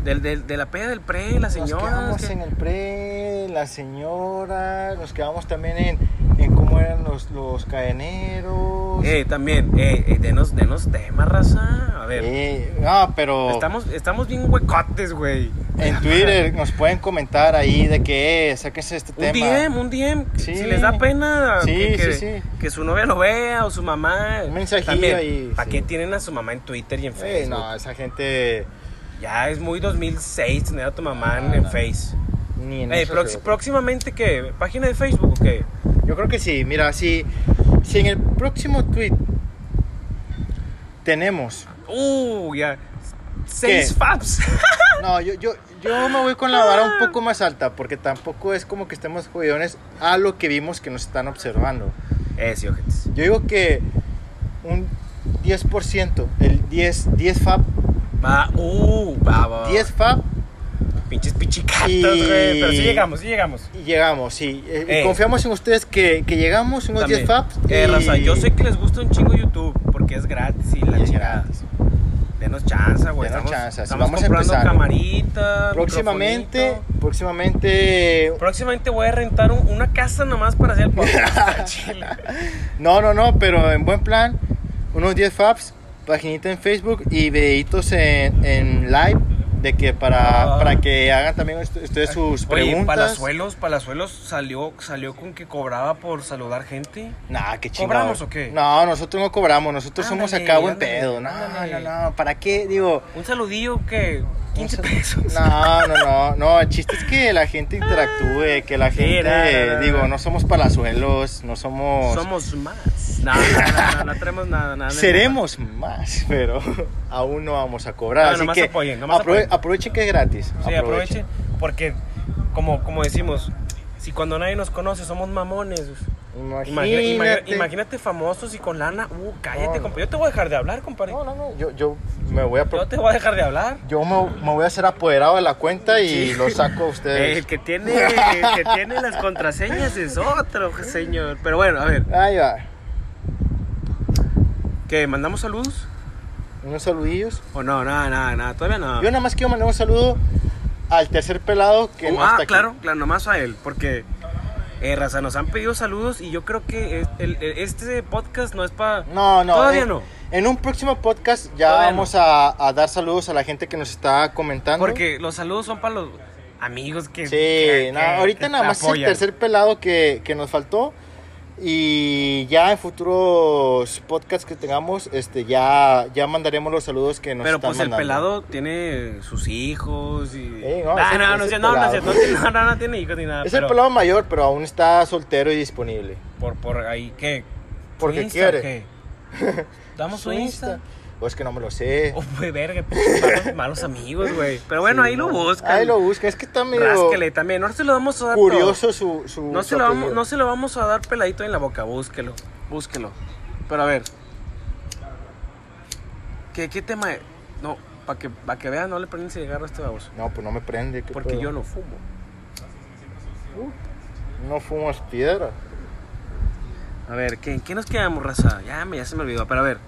Speaker 1: Del- del- de la peda del pre, la
Speaker 2: Nos
Speaker 1: señora.
Speaker 2: quedamos en el pre, la señora, nos quedamos también en, en cómo eran los, los cadeneros.
Speaker 1: Eh, también, eh, eh, denos, denos tema, raza. A ver,
Speaker 2: Eh, ah, pero
Speaker 1: estamos, estamos bien huecotes, güey.
Speaker 2: en Twitter nos pueden comentar ahí de que eh, sáquense este
Speaker 1: Un
Speaker 2: tema.
Speaker 1: DM, un DM. que
Speaker 2: Sí.
Speaker 1: Si les da pena
Speaker 2: Sí,
Speaker 1: que, que-
Speaker 2: sí, sí.
Speaker 1: que su novia lo vea o su mamá.
Speaker 2: Un mensajillo ahí,
Speaker 1: ¿Para
Speaker 2: sí.
Speaker 1: qué tienen a su mamá en Twitter y en
Speaker 2: Eh,
Speaker 1: Facebook?
Speaker 2: no, esa gente
Speaker 1: Ya es muy 2006 tener a tu mamá en,
Speaker 2: No,
Speaker 1: en
Speaker 2: no.
Speaker 1: Face.
Speaker 2: ni en
Speaker 1: Eh,
Speaker 2: eso
Speaker 1: prox-
Speaker 2: se ve.
Speaker 1: próximamente, ¿qué? ¿Página de Facebook o qué?
Speaker 2: Yo creo que sí, mira, si, si en el próximo tweet tenemos...
Speaker 1: Uh, ya. Seis
Speaker 2: ¿Qué?
Speaker 1: faps.
Speaker 2: No, yo, yo, yo me voy con la vara un poco más alta porque tampoco es como que estemos jodidones a lo que vimos que nos están observando.
Speaker 1: Eh, sí, ojetes.
Speaker 2: Yo digo que un 10%, el 10, 10 FAB,
Speaker 1: Va, uh, va, va.
Speaker 2: 10 FAB
Speaker 1: Pinches pichicatas,
Speaker 2: Y-
Speaker 1: güey. Pero sí llegamos, sí llegamos.
Speaker 2: y llegamos, sí. Eh,
Speaker 1: Eh.
Speaker 2: Confiamos en ustedes que, que llegamos, unos 10
Speaker 1: También.
Speaker 2: FAB.
Speaker 1: Eh,
Speaker 2: y-
Speaker 1: raza, yo sé que les gusta un chingo YouTube porque es gratis y
Speaker 2: y
Speaker 1: la
Speaker 2: es
Speaker 1: chingada.
Speaker 2: gratis.
Speaker 1: Denos chance, güey.
Speaker 2: Denos
Speaker 1: Estamos,
Speaker 2: chance, así
Speaker 1: estamos
Speaker 2: vamos
Speaker 1: comprando
Speaker 2: empezando.
Speaker 1: camarita.
Speaker 2: Próximamente,
Speaker 1: microfonito.
Speaker 2: próximamente
Speaker 1: Próximamente voy a rentar un- una casa nomás para hacer el podcast. Al chile.
Speaker 2: No, no, no, pero en buen plan, unos 10 faps, paginita en Facebook y videitos en, en live de que para,
Speaker 1: Ah.
Speaker 2: para que hagan también ust- ustedes sus
Speaker 1: Oye,
Speaker 2: preguntas.
Speaker 1: Palazuelos, Palazuelos salió, salió con que cobraba por saludar gente.
Speaker 2: Nah, qué chingado.
Speaker 1: ¿Cobramos o qué? Ah,
Speaker 2: No, nosotros no cobramos, nosotros somos
Speaker 1: Ándale,
Speaker 2: acá buen
Speaker 1: ándale,
Speaker 2: pedo. No,
Speaker 1: ándale.
Speaker 2: no, no, ¿para qué? Digo,
Speaker 1: Un saludillo que 15
Speaker 2: Un sal-
Speaker 1: pesos.
Speaker 2: no, no, no, no, el chiste es que la gente interactúe, que la
Speaker 1: Sí,
Speaker 2: gente,
Speaker 1: no, no, no,
Speaker 2: digo,
Speaker 1: no.
Speaker 2: no somos palazuelos, no somos...
Speaker 1: Somos más. No, no, no, no, no tenemos nada, nada.
Speaker 2: Seremos más, pero aún no vamos a cobrar.
Speaker 1: Ah,
Speaker 2: así
Speaker 1: nomás
Speaker 2: que
Speaker 1: apoyen, nomás
Speaker 2: aprove-
Speaker 1: apoyen.
Speaker 2: aprovechen que es gratis.
Speaker 1: Sí, aprovechen. Porque, como, como decimos, si cuando nadie nos conoce somos mamones.
Speaker 2: Imagínate.
Speaker 1: Imagina- imagina- Imagínate, famosos y con lana. Uh, cállate,
Speaker 2: No,
Speaker 1: compa. Yo te voy a dejar de hablar, compadre.
Speaker 2: No, no, no. Yo, yo me voy a.
Speaker 1: Yo
Speaker 2: pro-
Speaker 1: te voy a dejar de hablar.
Speaker 2: Yo me, me voy a hacer apoderado de la cuenta y
Speaker 1: Sí.
Speaker 2: lo saco a ustedes.
Speaker 1: El que, tiene, el que tiene las contraseñas es otro, señor. Pero bueno, a ver,
Speaker 2: Ahí va.
Speaker 1: ¿qué? ¿Mandamos saludos?
Speaker 2: Unos saludillos.
Speaker 1: ¿O no? Nada, nada, nada. Todavía no.
Speaker 2: Yo nada más quiero mandar un saludo al tercer pelado que
Speaker 1: Uh,
Speaker 2: no
Speaker 1: ah,
Speaker 2: está aquí.
Speaker 1: claro, claro, nomás a él, porque eh, Raza nos han pedido saludos y yo creo que es- el- el- este podcast no es para.
Speaker 2: No, no.
Speaker 1: Todavía
Speaker 2: en,
Speaker 1: no.
Speaker 2: En un próximo podcast ya
Speaker 1: Todavía no.
Speaker 2: vamos a, a dar saludos a la gente que nos está comentando.
Speaker 1: Porque los saludos son para los amigos que.
Speaker 2: Sí,
Speaker 1: que-
Speaker 2: no,
Speaker 1: que-
Speaker 2: ahorita
Speaker 1: que
Speaker 2: nada
Speaker 1: te
Speaker 2: más es el
Speaker 1: apoyan.
Speaker 2: tercer pelado que, que nos faltó. Y ya en futuros podcasts que tengamos, este ya, ya mandaremos los saludos que nos
Speaker 1: Pero
Speaker 2: están
Speaker 1: pues el
Speaker 2: mandando.
Speaker 1: pelado tiene sus hijos y.
Speaker 2: Ey, no,
Speaker 1: Ah,
Speaker 2: ese-
Speaker 1: no, no,
Speaker 2: ese
Speaker 1: sí, no, no, sí,
Speaker 2: pelado.
Speaker 1: no, sí, no, no, no tiene hijos ni nada.
Speaker 2: Es
Speaker 1: pero
Speaker 2: el pelado mayor, pero aún está soltero y disponible.
Speaker 1: Por, por ahí, ¿qué?
Speaker 2: Porque
Speaker 1: ¿Su
Speaker 2: quiere.
Speaker 1: o qué? Damos su Insta.
Speaker 2: O es que no me lo sé.
Speaker 1: Oh, güey, verga, malos, malos amigos, güey. Pero bueno,
Speaker 2: Sí,
Speaker 1: ahí lo
Speaker 2: no.
Speaker 1: buscan.
Speaker 2: Ahí lo busca, es que está medio
Speaker 1: Rásquele también. No se lo vamos a dar todo.
Speaker 2: curioso su, su-
Speaker 1: No
Speaker 2: su
Speaker 1: se, lo vamos,
Speaker 2: apellido.
Speaker 1: no se lo vamos a dar peladito en la boca, búsquelo, búsquelo. Pero a ver. ¿Qué, qué tema es? No, para que, pa' que vean, no le prenden cigarro a este baboso.
Speaker 2: No, pues no me prende. ¿qué
Speaker 1: Porque
Speaker 2: pedo?
Speaker 1: yo no fumo.
Speaker 2: No fumas piedra.
Speaker 1: A ver, ¿qué, ¿qué nos quedamos, raza? Ya, me, ya se me olvidó, pero a ver.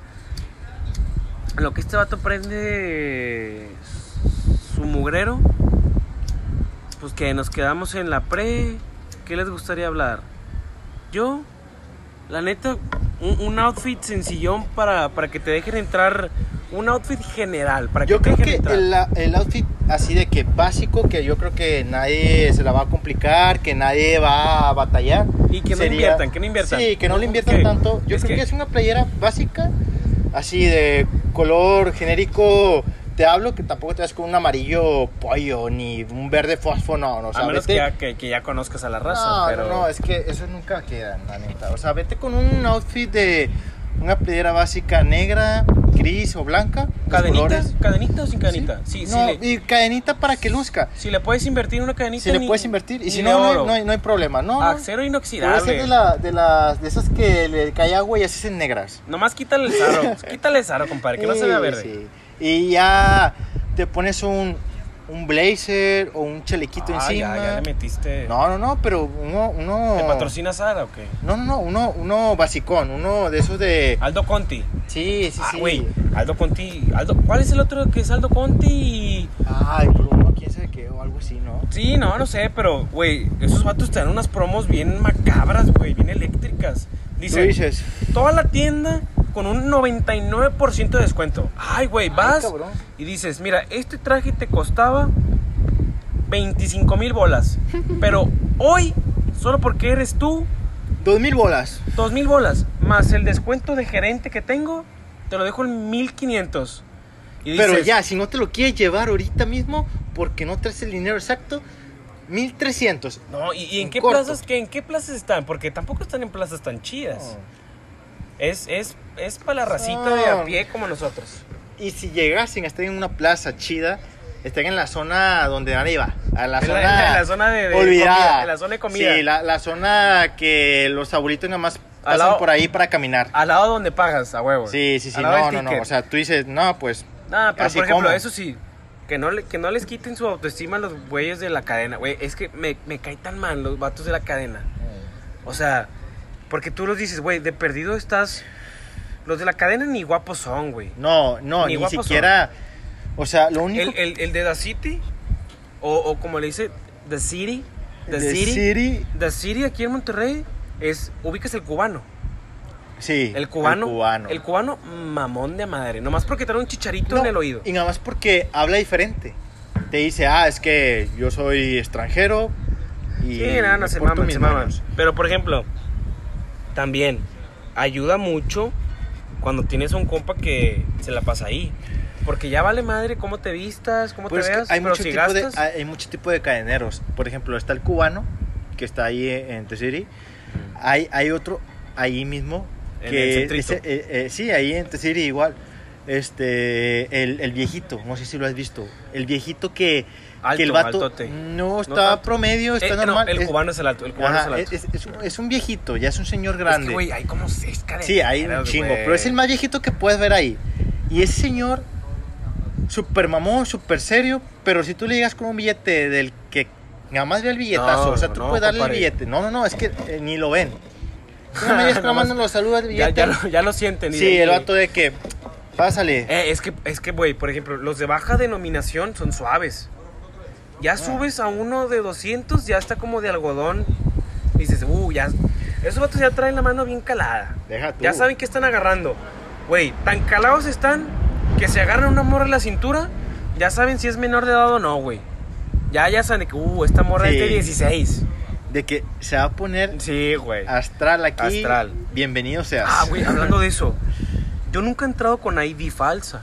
Speaker 1: Lo que este vato prende su mugrero, pues que nos quedamos en la pre. ¿Qué les gustaría hablar? Yo, la neta, un, un outfit sencillón para, para que te dejen entrar. Un outfit general, para que
Speaker 2: Yo
Speaker 1: te
Speaker 2: creo
Speaker 1: dejen
Speaker 2: que
Speaker 1: entrar.
Speaker 2: el, el outfit así de que básico, que yo creo que nadie se la va a complicar, que nadie va a batallar.
Speaker 1: Y que no
Speaker 2: sería-
Speaker 1: inviertan, que no inviertan.
Speaker 2: Sí, que no le inviertan
Speaker 1: Ok.
Speaker 2: tanto. Yo
Speaker 1: Es
Speaker 2: creo que...
Speaker 1: que-
Speaker 2: es una playera básica, así de color genérico. Te hablo que tampoco te vas con un amarillo pollo ni un verde fósforo, no, no, o sea,
Speaker 1: a menos que
Speaker 2: vete-
Speaker 1: ya, que, que ya conozcas a la raza,
Speaker 2: no,
Speaker 1: pero.
Speaker 2: no, no, es que eso nunca queda, la neta. O sea, vete con un outfit de una playera básica negra, gris o blanca. los
Speaker 1: ¿Cadenita?
Speaker 2: colores.
Speaker 1: ¿Cadenita o sin cadenita? Sí, sí.
Speaker 2: No,
Speaker 1: le-
Speaker 2: y cadenita para que luzca.
Speaker 1: Si le puedes invertir una cadenita.
Speaker 2: Si le
Speaker 1: ni-
Speaker 2: puedes invertir. Y
Speaker 1: ni
Speaker 2: si
Speaker 1: de
Speaker 2: no, no hay,
Speaker 1: oro.
Speaker 2: no hay- no hay problema. No, no.
Speaker 1: Acero
Speaker 2: Puede ser
Speaker 1: inoxidable.
Speaker 2: de, la- de las, de esas que le cae agua y así se hacen negras.
Speaker 1: Nomás quítale el sarro. quítale el sarro, compadre, que no se vea
Speaker 2: Sí,
Speaker 1: verde.
Speaker 2: sí. Y ya te pones un, un blazer o un chalequito
Speaker 1: Ah,
Speaker 2: encima.
Speaker 1: ya, ya le metiste.
Speaker 2: No, no, no, pero uno... uno
Speaker 1: ¿Te patrocina Sara o qué?
Speaker 2: No, no, no, uno, uno basicón, uno de esos de...
Speaker 1: Aldo Conti.
Speaker 2: Sí, sí,
Speaker 1: Ah,
Speaker 2: sí.
Speaker 1: güey. Aldo Conti. Aldo... ¿Cuál es el otro que es Aldo Conti? y-
Speaker 2: Ay, Bruno, quién sabe qué, o algo así, ¿no?
Speaker 1: Sí, no, no sé, pero, güey, esos vatos te dan unas promos bien macabras, güey, bien eléctricas.
Speaker 2: Tú
Speaker 1: Dice,
Speaker 2: dices,
Speaker 1: toda la tienda con un 99% de descuento. Ay, güey, vas.
Speaker 2: cabrón.
Speaker 1: y dices, mira, este traje te costaba 25 mil bolas, pero hoy, solo porque eres tú,
Speaker 2: dos mil bolas.
Speaker 1: 2 mil bolas, más el descuento de gerente que tengo, te lo dejo en 1500. Y dices,
Speaker 2: Pero ya, si no te lo quieres llevar ahorita mismo, porque no traes el dinero exacto, 1300.
Speaker 1: No, ¿y, y en,
Speaker 2: En
Speaker 1: qué
Speaker 2: corto.
Speaker 1: plazas, qué, en qué plazas están? Porque tampoco están en plazas tan chidas. Es, es, es para la racita de a
Speaker 2: Son-
Speaker 1: pie como nosotros.
Speaker 2: Y si llegasen a estar en una plaza chida, estén en la zona donde nadie va. A la
Speaker 1: En la-
Speaker 2: zona,
Speaker 1: en la zona de- de
Speaker 2: olvidada.
Speaker 1: comida, en la zona de comida.
Speaker 2: Sí, la, la zona que los abuelitos nada más pasan
Speaker 1: lado-
Speaker 2: por ahí para caminar.
Speaker 1: Al lado donde pagas, a huevo.
Speaker 2: Sí, sí, sí,
Speaker 1: Al lado
Speaker 2: no,
Speaker 1: del
Speaker 2: no, no.
Speaker 1: ticket.
Speaker 2: O sea, tú dices, no, pues.
Speaker 1: Nah, pero
Speaker 2: así
Speaker 1: por ejemplo,
Speaker 2: como.
Speaker 1: eso sí. Que no, le- que no les quiten su autoestima a los güeyes de la cadena, güey. Es que me, me cae tan mal los vatos de la cadena. O sea, porque tú los dices, güey, de perdido estás. Los de la cadena ni guapos son, güey.
Speaker 2: No, no,
Speaker 1: Ni
Speaker 2: ni,
Speaker 1: guapos son.
Speaker 2: siquiera. O sea, lo único.
Speaker 1: El, el, el de The City, o, o como le dice, The City. The,
Speaker 2: de
Speaker 1: City.
Speaker 2: Siri,
Speaker 1: The City aquí en Monterrey es. Ubicas el cubano.
Speaker 2: Sí.
Speaker 1: El cubano.
Speaker 2: El cubano.
Speaker 1: el cubano mamón de madre. Nomás porque trae un chicharito
Speaker 2: No,
Speaker 1: en el oído.
Speaker 2: Y nada más porque habla diferente. Te dice, ah, es que yo soy extranjero. Y
Speaker 1: Sí, no, no,
Speaker 2: me
Speaker 1: se
Speaker 2: porto
Speaker 1: maman,
Speaker 2: mis
Speaker 1: se maman.
Speaker 2: manos".
Speaker 1: Pero, por ejemplo, también ayuda mucho cuando tienes un compa que se la pasa ahí. Porque ya vale madre cómo te vistas, cómo te
Speaker 2: Pues es que
Speaker 1: veas,
Speaker 2: hay,
Speaker 1: pero
Speaker 2: mucho
Speaker 1: si
Speaker 2: tipo de,
Speaker 1: gastas...
Speaker 2: hay hay mucho tipo de cadeneros. Por ejemplo, está el cubano, que está ahí en The City. Hay, hay otro ahí mismo.
Speaker 1: En
Speaker 2: Que
Speaker 1: el centrito.
Speaker 2: ese- eh, eh, sí, ahí en The City igual. Este, el, el viejito, no sé si lo has visto. El viejito que,
Speaker 1: Alto,
Speaker 2: ah, que el vato
Speaker 1: altote.
Speaker 2: no está
Speaker 1: tanto.
Speaker 2: promedio, está
Speaker 1: Eh, no,
Speaker 2: normal.
Speaker 1: el
Speaker 2: Es-
Speaker 1: cubano es el alto, el cubano
Speaker 2: ajá,
Speaker 1: es el alto.
Speaker 2: es, es- es un, es un viejito, ya es un señor
Speaker 1: Es que,
Speaker 2: grande.
Speaker 1: güey, hay como seis cadenas.
Speaker 2: Sí, hay un chingo, pero es el más viejito que puedes ver ahí. Y ese señor, súper mamón, súper serio, pero si tú le llegas con un billete del que nada más ve el billetazo,
Speaker 1: No,
Speaker 2: o sea, tú
Speaker 1: no,
Speaker 2: puedes darle
Speaker 1: compadre.
Speaker 2: el billete. No, no, no, es que eh, ni lo ven. Tú nada más llegas con la
Speaker 1: Nomás-
Speaker 2: mano, lo saludas el
Speaker 1: Ya,
Speaker 2: billete.
Speaker 1: ya, lo, ya lo sienten. y-
Speaker 2: sí, el vato de que, pásale.
Speaker 1: Eh, es que, es que, güey, por ejemplo, los de baja denominación son suaves. Ya subes a uno de 200, ya está como de algodón. Y dices, uh, ya. Esos vatos ya traen la mano bien calada.
Speaker 2: Deja tú.
Speaker 1: Ya saben que están agarrando. Güey, tan calados están que se agarran una morra en la cintura. Ya saben si es menor de edad o no, güey. Ya, ya saben que, uh, esta morra es de
Speaker 2: Sí.
Speaker 1: 16.
Speaker 2: De que se va a poner
Speaker 1: Sí, güey.
Speaker 2: astral aquí.
Speaker 1: Astral.
Speaker 2: Bienvenido seas.
Speaker 1: Ah, güey, hablando de eso. Yo nunca he entrado con ID falsa.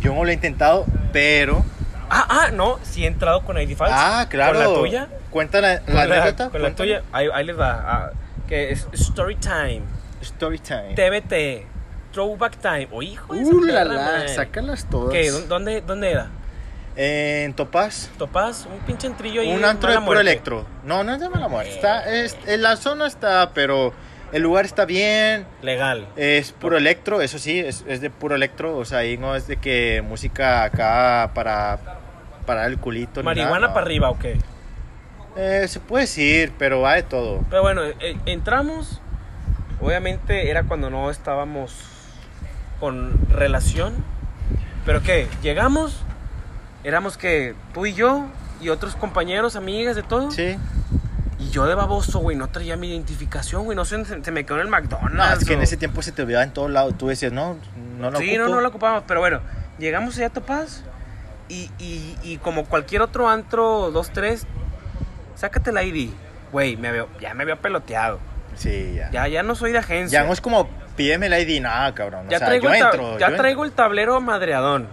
Speaker 2: Yo no lo he intentado, pero...
Speaker 1: Ah, ah, no, sí he entrado con ID falso.
Speaker 2: Ah, claro.
Speaker 1: ¿Con la tuya?
Speaker 2: Cuenta la,
Speaker 1: ¿Con
Speaker 2: la anécdota.
Speaker 1: Con la
Speaker 2: cuéntala.
Speaker 1: tuya. Ahí, ahí les va. ah, que es Story Time,
Speaker 2: Story time.
Speaker 1: TBT, Throwback Time. O hijo de
Speaker 2: Uh,
Speaker 1: esa
Speaker 2: la,
Speaker 1: perra,
Speaker 2: la,
Speaker 1: madre.
Speaker 2: sácalas todas. Eh,
Speaker 1: ¿Qué? ¿Dó- ¿Dónde, ¿Dónde era?
Speaker 2: En Topaz,
Speaker 1: ¿Topaz? Un pinche entrillo ahí.
Speaker 2: un antro de
Speaker 1: mala
Speaker 2: puro
Speaker 1: muerte.
Speaker 2: electro. No, no es de mala muerte. Está, es, en la zona está, pero el lugar está bien.
Speaker 1: Legal.
Speaker 2: Es puro electro, eso sí, es, es de puro electro. O sea, ahí no es de que música acá para parar el culito. ni
Speaker 1: ¿Marihuana
Speaker 2: nada, no.
Speaker 1: para arriba o qué?
Speaker 2: Eh, se puede decir, pero va de todo.
Speaker 1: Pero bueno, eh, entramos. Obviamente era cuando no estábamos con relación. Pero que llegamos, éramos que tú y yo y otros compañeros, amigas de todo.
Speaker 2: Sí.
Speaker 1: Y yo de baboso, güey, no traía mi identificación, güey. No sé, se, se me quedó en el McDonald's.
Speaker 2: No, es que en
Speaker 1: o-
Speaker 2: ese tiempo se te olvidaba en todos lados. Tú decías, no, no lo
Speaker 1: Sí, no,
Speaker 2: ocupo.
Speaker 1: no la ocupábamos. Pero bueno, llegamos allá a Topaz y, y, y como cualquier otro antro, dos, tres, sácate la ID. Güey, me veo, ya me había peloteado.
Speaker 2: Sí, ya.
Speaker 1: Ya,
Speaker 2: ya.
Speaker 1: ya no soy de agencia.
Speaker 2: no es como, pídeme el ID. No, cabrón. o
Speaker 1: Ya
Speaker 2: sea,
Speaker 1: traigo,
Speaker 2: yo
Speaker 1: el, ta-
Speaker 2: entro.
Speaker 1: ya
Speaker 2: yo
Speaker 1: traigo el tablero madreadón.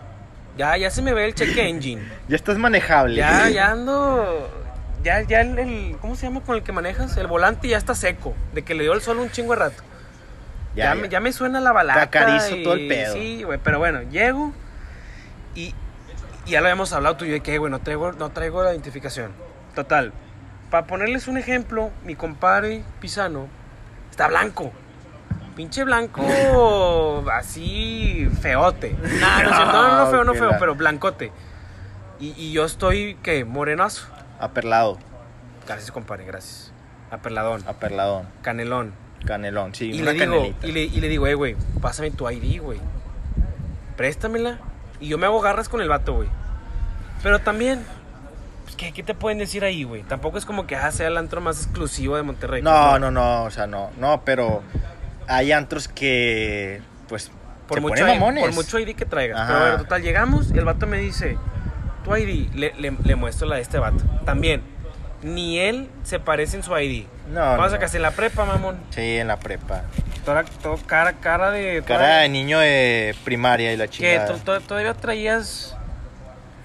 Speaker 1: Ya, ya se me ve el check engine.
Speaker 2: Ya estás manejable.
Speaker 1: Ya, ya ando. Ya, ya el, el- ¿Cómo se llama con el que manejas? El volante ya está seco. De que le dio el sol un chingo de rato. Ya, me- ya me suena la balada.
Speaker 2: Te acarizo todo el pedo.
Speaker 1: Sí, güey, pero bueno, llego y, y ya lo habíamos hablado tú y yo de que, güey, no traigo, no traigo la identificación. Total. Para ponerles un ejemplo, mi compadre Pisano está blanco. Pinche blanco así feote. No, no, es cierto, no, no, no, feo, no
Speaker 2: que
Speaker 1: feo,
Speaker 2: la-
Speaker 1: pero blancote. Y, y yo estoy, ¿qué? Morenazo.
Speaker 2: Aperlado,
Speaker 1: Gracias, compadre, gracias. Aperladón,
Speaker 2: aperladón,
Speaker 1: canelón.
Speaker 2: canelón, sí,
Speaker 1: Y
Speaker 2: una
Speaker 1: le, digo,
Speaker 2: canelita.
Speaker 1: y, le, y le digo, eh, güey, pásame tu ID, güey. Préstamela. Y yo me hago garras con el vato, güey. Pero también, pues, ¿qué, qué te pueden decir ahí, güey? Tampoco es como que ah, sea el antro más exclusivo de Monterrey.
Speaker 2: No, no, no, o sea, no, no, pero hay antros que, pues,
Speaker 1: por
Speaker 2: se
Speaker 1: mucho,
Speaker 2: ponen mamones.
Speaker 1: por mucho ID que traigas.
Speaker 2: Ajá.
Speaker 1: Pero bueno, total, llegamos y el vato me dice, tu ID, le, le- le muestro la de este vato. También, ni él se parece en su ID.
Speaker 2: No,
Speaker 1: Vamos
Speaker 2: no.
Speaker 1: a casi la prepa, mamón.
Speaker 2: Sí, en la prepa.
Speaker 1: Toda, todo cara, cara de...
Speaker 2: Cara de niño de primaria y la
Speaker 1: Que
Speaker 2: chingada.
Speaker 1: to- to- todavía traías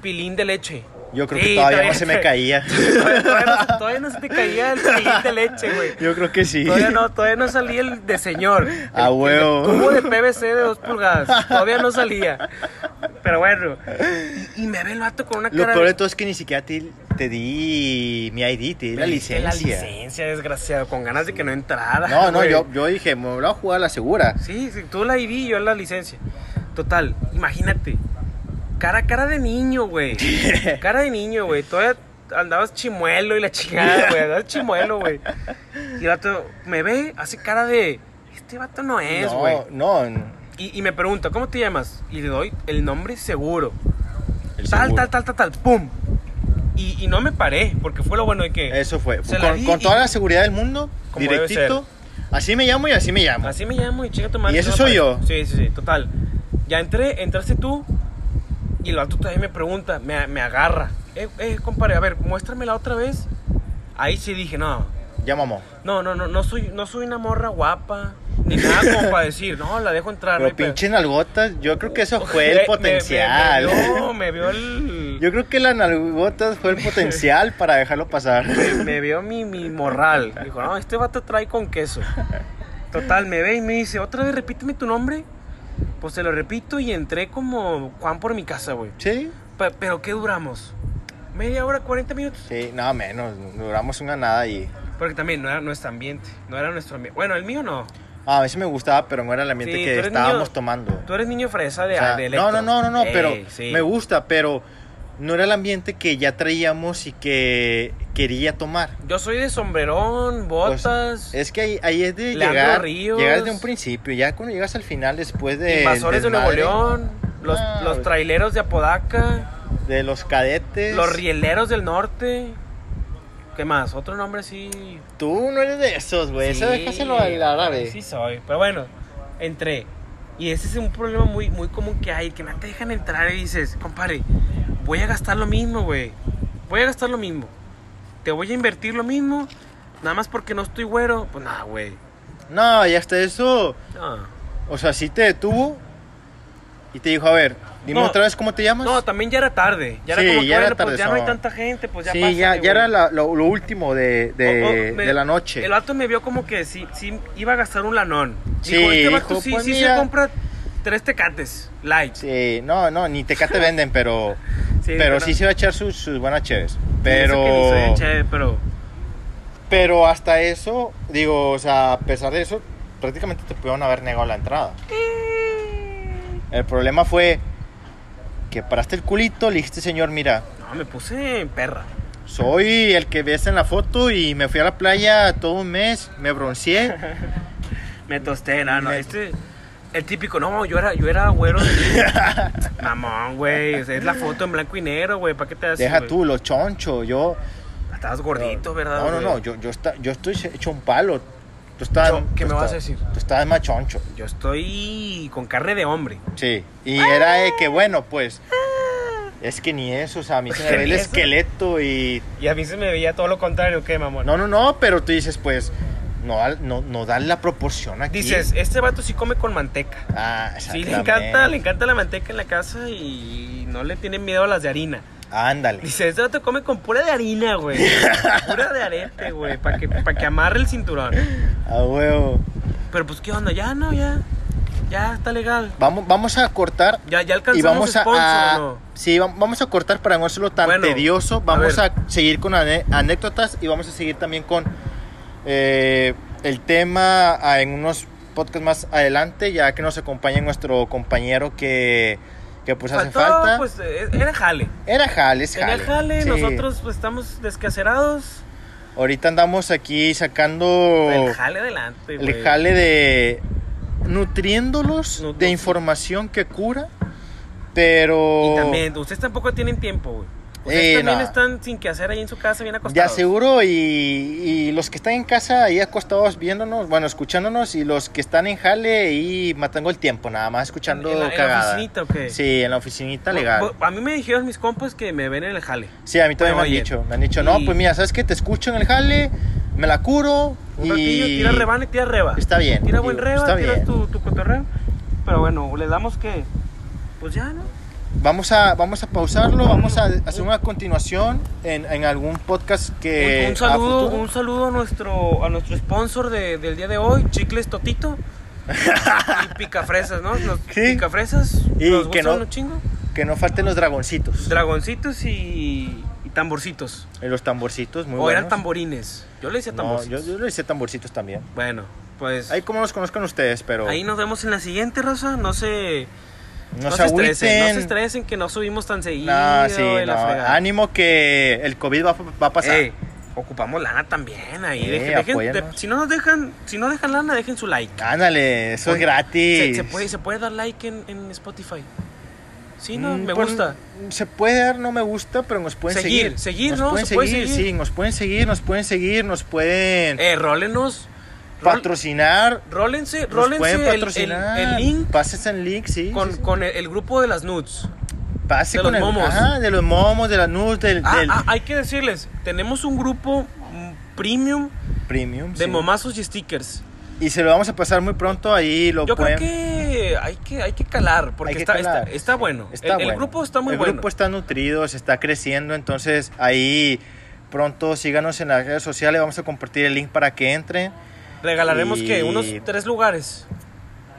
Speaker 1: pilín de leche.
Speaker 2: Yo creo que
Speaker 1: Sí,
Speaker 2: todavía no se me caía.
Speaker 1: Todavía, todavía no, se- todavía no se te caía el pilín de leche, güey.
Speaker 2: Yo creo que sí.
Speaker 1: Todavía no, todavía no salía el de señor. El-
Speaker 2: A
Speaker 1: el
Speaker 2: huevo.
Speaker 1: Cubo de PVC de dos pulgadas. Todavía no salía. Pero bueno. Y, y me ve el vato con una
Speaker 2: Lo
Speaker 1: cara.
Speaker 2: peor de todo es que ni siquiera te, te di mi ID, te di la
Speaker 1: Me diste
Speaker 2: licencia.
Speaker 1: La licencia, desgraciado. Con ganas de que no entrara.
Speaker 2: No, no,
Speaker 1: güey.
Speaker 2: yo, yo dije, me voy a jugar a la segura.
Speaker 1: Sí, sí, tú la ID y yo la licencia. Total, imagínate. Cara, cara de niño, güey. Cara de niño, güey. Todavía andabas chimuelo y la chingada, güey. Andabas chimuelo, güey. Y el vato me ve, hace cara de. Este vato no es, güey.
Speaker 2: no, no, n-
Speaker 1: Y, y me pregunta, ¿cómo te llamas? Y le doy el nombre seguro.
Speaker 2: el
Speaker 1: tal,
Speaker 2: seguro.
Speaker 1: tal, tal, tal, tal. ¡Pum! Y, y no me paré, porque fue lo bueno de que.
Speaker 2: Eso fue.
Speaker 1: Se la
Speaker 2: Con,
Speaker 1: di
Speaker 2: con
Speaker 1: y-
Speaker 2: toda la seguridad del mundo,
Speaker 1: Como debe
Speaker 2: directito. Así me llamo y así me llamo.
Speaker 1: Así me llamo y chinga tu madre.
Speaker 2: ¿Y ese
Speaker 1: no me parece.
Speaker 2: soy yo?
Speaker 1: Sí, sí, sí, total. Ya entré, entraste tú y el vato todavía me pregunta, me, me agarra. Eh, eh, compadre, a ver, muéstramela otra vez. Ahí sí dije, no,
Speaker 2: Ya mamó.
Speaker 1: no, no, no, no soy, no soy una morra guapa, ni nada como para decir, no, la dejo entrar. Ah, no hay
Speaker 2: Pero
Speaker 1: pedo".
Speaker 2: pinche nalgotas, yo creo que eso fue
Speaker 1: Me-
Speaker 2: el
Speaker 1: me-
Speaker 2: potencial.
Speaker 1: Me, me vio, me vio el...
Speaker 2: Yo creo que las nalgotas fue el potencial para dejarlo pasar.
Speaker 1: me vio mi, mi morral. Dijo, no, este vato trae con queso. Total, me ve y me dice, otra vez repíteme tu nombre. Pues se lo repito y entré como Juan por mi casa, güey.
Speaker 2: ¿Sí?
Speaker 1: Pe- Pero ¿qué duramos? Media hora, 40 minutos.
Speaker 2: Sí, nada menos. Duramos una nada y.
Speaker 1: Porque también no era nuestro ambiente. No era nuestro ambiente. Bueno, el mío no.
Speaker 2: ah, A veces me gustaba, pero no era el ambiente
Speaker 1: Sí, tú
Speaker 2: que
Speaker 1: eres
Speaker 2: estábamos
Speaker 1: niño-
Speaker 2: tomando.
Speaker 1: Tú eres niño fresa de,
Speaker 2: O sea,
Speaker 1: de
Speaker 2: no,
Speaker 1: electro.
Speaker 2: no, no, no, no,
Speaker 1: Ey,
Speaker 2: pero
Speaker 1: sí.
Speaker 2: me gusta, pero no era el ambiente que ya traíamos y que quería tomar.
Speaker 1: Yo soy de sombrerón,
Speaker 2: Pues,
Speaker 1: botas.
Speaker 2: es que ahí, ahí es de
Speaker 1: Leandro
Speaker 2: llegar,
Speaker 1: Ríos.
Speaker 2: llegar desde un principio. Ya cuando llegas al final, después de.
Speaker 1: invasores de Nuevo
Speaker 2: desmadre,
Speaker 1: León. Los,
Speaker 2: Ah,
Speaker 1: los
Speaker 2: pues.
Speaker 1: traileros de Apodaca.
Speaker 2: De los cadetes.
Speaker 1: Los rieleros del norte. ¿Qué más? Otro nombre sí.
Speaker 2: Tú no eres de esos, güey. Pues Eso
Speaker 1: Sí.
Speaker 2: déjaselo al árabe.
Speaker 1: Sí soy. Pero bueno, entré. Y ese es un problema muy, muy común que hay, que no te dejan entrar y dices, compadre, voy a gastar lo mismo, güey. Voy a gastar lo mismo. Te voy a invertir lo mismo. Nada más porque no estoy güero. Pues nada, güey.
Speaker 2: No, y hasta eso.
Speaker 1: No.
Speaker 2: O sea, sí te detuvo y te dijo, a ver, dime
Speaker 1: No.
Speaker 2: otra vez cómo te llamas.
Speaker 1: No, pues también ya era tarde. Ya era
Speaker 2: Pues Sí,
Speaker 1: como que,
Speaker 2: ya era
Speaker 1: bueno, pues ya no hay
Speaker 2: tardezón.
Speaker 1: tanta gente, pues ya
Speaker 2: sí,
Speaker 1: pásale,
Speaker 2: ya,
Speaker 1: güey.
Speaker 2: ya era la- lo, lo último de, de,
Speaker 1: O- o Oh, me-
Speaker 2: de la noche.
Speaker 1: El vato me vio como que sí, sí iba a gastar un lanón.
Speaker 2: Sí,
Speaker 1: dijo, este vato
Speaker 2: dijo,
Speaker 1: sí,
Speaker 2: pues
Speaker 1: sí se
Speaker 2: mira".
Speaker 1: compra tres tecates, light.
Speaker 2: Sí, no, no, ni Tecate venden, pero,
Speaker 1: Sí,
Speaker 2: pero sí se va a echar sus, sus buenas cheves.
Speaker 1: Eso que ni soy
Speaker 2: Pero,
Speaker 1: de chévere, pero
Speaker 2: pero hasta eso, digo, o sea, a pesar de eso, prácticamente te pudieron haber negado la entrada. El problema fue que paraste el culito, le dijiste, señor, mira,
Speaker 1: no, me puse perra.
Speaker 2: soy el que ves en la foto y me fui a la playa todo un mes, me bronceé.
Speaker 1: Me tosté, no, no,
Speaker 2: Me-
Speaker 1: este... El típico, no, yo era, yo era güero. de niño. Mamón, güey. o sea, es la foto en blanco y negro, güey. ¿Para qué te haces?
Speaker 2: Deja
Speaker 1: güey?
Speaker 2: tú, lo choncho, yo...
Speaker 1: Estabas gordito, ¿verdad?
Speaker 2: No, no,
Speaker 1: güey?
Speaker 2: no, yo, yo, está- yo estoy hecho un palo. Tú estás,
Speaker 1: Yo, ¿qué
Speaker 2: tú
Speaker 1: me vas a
Speaker 2: estás-
Speaker 1: decir?
Speaker 2: Tú estás más choncho.
Speaker 1: Yo estoy con carne de hombre.
Speaker 2: Sí, y era de que, bueno, pues. Es que ni eso, o sea, a mí se me ve el
Speaker 1: Ni eso.
Speaker 2: esqueleto y.
Speaker 1: Y a mí se me veía todo lo contrario, ¿qué, mamón?
Speaker 2: No, no, no, pero tú dices, pues, no, dan- no, no dan la proporción aquí.
Speaker 1: Dices, este vato sí come con manteca.
Speaker 2: Ah,
Speaker 1: Sí, le
Speaker 2: exactamente.
Speaker 1: encanta, le encanta la manteca en la casa y no le tiene miedo a las de harina.
Speaker 2: Ándale.
Speaker 1: Dice, este vato come con pura de harina, güey. Pura de arete, güey, para que, pa' que amarre el cinturón.
Speaker 2: A huevo.
Speaker 1: Pero pues, ¿qué onda? Ya, no, ya. Ya está legal.
Speaker 2: Vamos, vamos a cortar.
Speaker 1: Ya, ya
Speaker 2: Y
Speaker 1: alcanzamos
Speaker 2: vamos a.
Speaker 1: sponsor,
Speaker 2: a-
Speaker 1: ¿o no?
Speaker 2: Sí, va- vamos a cortar para no hacerlo tan
Speaker 1: Bueno,
Speaker 2: tedioso.
Speaker 1: a
Speaker 2: Vamos a,
Speaker 1: ver.
Speaker 2: seguir con ane- anécdotas y vamos a seguir también con eh, el tema ah, en unos podcasts más adelante, ya que nos acompaña nuestro compañero que, que pues hace
Speaker 1: Faltó,
Speaker 2: falta.
Speaker 1: pues, eh, era jale.
Speaker 2: Era Jale, es
Speaker 1: Era
Speaker 2: Jale.
Speaker 1: jale,
Speaker 2: Sí.
Speaker 1: nosotros pues estamos descacerados.
Speaker 2: Ahorita andamos aquí sacando
Speaker 1: El jale adelante, güey.
Speaker 2: Oh. el jale de nutriéndolos
Speaker 1: Nut-
Speaker 2: de información que cura, pero
Speaker 1: Y también, ustedes tampoco tienen tiempo, güey.
Speaker 2: Eh,
Speaker 1: Ustedes también
Speaker 2: no.
Speaker 1: están sin que hacer ahí en su casa, bien
Speaker 2: Ya
Speaker 1: acostados.
Speaker 2: seguro y, y los que están en casa ahí acostados viéndonos, bueno, escuchándonos y los que están en jale y matando el tiempo nada más escuchando
Speaker 1: ¿En la- en la
Speaker 2: cagada.
Speaker 1: oficinita o qué?
Speaker 2: Sí, en la oficinita
Speaker 1: Bu-
Speaker 2: legal.
Speaker 1: bu- A mí me dijeron mis compas que me ven en el jale.
Speaker 2: Sí, a mí
Speaker 1: Bueno,
Speaker 2: también me han
Speaker 1: oye,
Speaker 2: dicho, me han dicho, no,
Speaker 1: y-
Speaker 2: pues mira, ¿sabes qué? Te escucho en el jale, me la curo
Speaker 1: Un
Speaker 2: y
Speaker 1: ratillo, tira rebana y tira reba.
Speaker 2: Está bien.
Speaker 1: Tira buen
Speaker 2: digo,
Speaker 1: reba,
Speaker 2: está
Speaker 1: tiras
Speaker 2: bien.
Speaker 1: tu, tu cotorreo. Pero bueno, le damos que. Pues ya, ¿no?
Speaker 2: Vamos a vamos a pausarlo, vamos a hacer una continuación en, en algún podcast que
Speaker 1: un, un
Speaker 2: Eh, a
Speaker 1: saludo,
Speaker 2: futuro.
Speaker 1: un saludo a nuestro, a nuestro sponsor de- del día de hoy, Chicles Totito. y picafresas, ¿no? Los
Speaker 2: Sí.
Speaker 1: picafresas.
Speaker 2: Y
Speaker 1: nos
Speaker 2: que
Speaker 1: gustan
Speaker 2: no-
Speaker 1: un chingo.
Speaker 2: que no falten los dragoncitos.
Speaker 1: Dragoncitos y, y Y tamborcitos.
Speaker 2: Y los tamborcitos, muy
Speaker 1: o
Speaker 2: buenos.
Speaker 1: eran tamborines. Yo le decía
Speaker 2: No,
Speaker 1: tamborcitos.
Speaker 2: yo, yo le hice tamborcitos también.
Speaker 1: Bueno, pues
Speaker 2: Ahí como los conozcan ustedes, pero
Speaker 1: ahí nos vemos en la siguiente, raza. No se,
Speaker 2: no, se agüiten.
Speaker 1: estresen, no se estresen que no subimos tan seguido.
Speaker 2: No, sí,
Speaker 1: y la
Speaker 2: no. Ah,
Speaker 1: fregada.
Speaker 2: Ánimo que el COVID va, va a pasar.
Speaker 1: Ey, ocupamos lana también ahí.
Speaker 2: Eh,
Speaker 1: dejen- dejen-
Speaker 2: apóyanos.
Speaker 1: de- si no nos dejan, si no dejan lana, dejen su like.
Speaker 2: Ándale, eso es
Speaker 1: Oye,
Speaker 2: gratis.
Speaker 1: Se, se puede, se puede dar like en, en Spotify. Sí, no,
Speaker 2: Mm,
Speaker 1: me
Speaker 2: pues,
Speaker 1: gusta.
Speaker 2: Se puede dar, no me gusta, pero nos pueden
Speaker 1: Seguir,
Speaker 2: seguir.
Speaker 1: seguir,
Speaker 2: nos
Speaker 1: ¿no?
Speaker 2: Pueden
Speaker 1: Se puede
Speaker 2: seguir,
Speaker 1: seguir.
Speaker 2: sí, nos pueden seguir, nos pueden seguir, nos pueden
Speaker 1: Eh, rólenos. Rol-
Speaker 2: patrocinar.
Speaker 1: Rólense,
Speaker 2: Nos
Speaker 1: rólense
Speaker 2: pueden
Speaker 1: el- el,
Speaker 2: patrocinar.
Speaker 1: el link
Speaker 2: Pases en link, sí.
Speaker 1: con,
Speaker 2: sí, sí.
Speaker 1: con el, el grupo de las nudes.
Speaker 2: Pase
Speaker 1: de
Speaker 2: con
Speaker 1: los
Speaker 2: el-
Speaker 1: momos.
Speaker 2: ajá, de los momos, de la nus, del,
Speaker 1: Ah,
Speaker 2: del
Speaker 1: ah, hay que decirles, tenemos un grupo mm, premium
Speaker 2: premium.
Speaker 1: de
Speaker 2: sí.
Speaker 1: momazos y stickers.
Speaker 2: Y se lo vamos a pasar muy pronto ahí. Lo
Speaker 1: Yo
Speaker 2: pueden...
Speaker 1: creo que hay que, hay que calar, porque
Speaker 2: Hay que
Speaker 1: está,
Speaker 2: calar.
Speaker 1: está, está bueno.
Speaker 2: Está
Speaker 1: el, el
Speaker 2: bueno.
Speaker 1: grupo está muy
Speaker 2: el
Speaker 1: bueno.
Speaker 2: grupo está nutrido, se está creciendo, entonces ahí pronto síganos en las redes sociales, vamos a compartir el link para que entren.
Speaker 1: Regalaremos
Speaker 2: y-
Speaker 1: que unos tres lugares.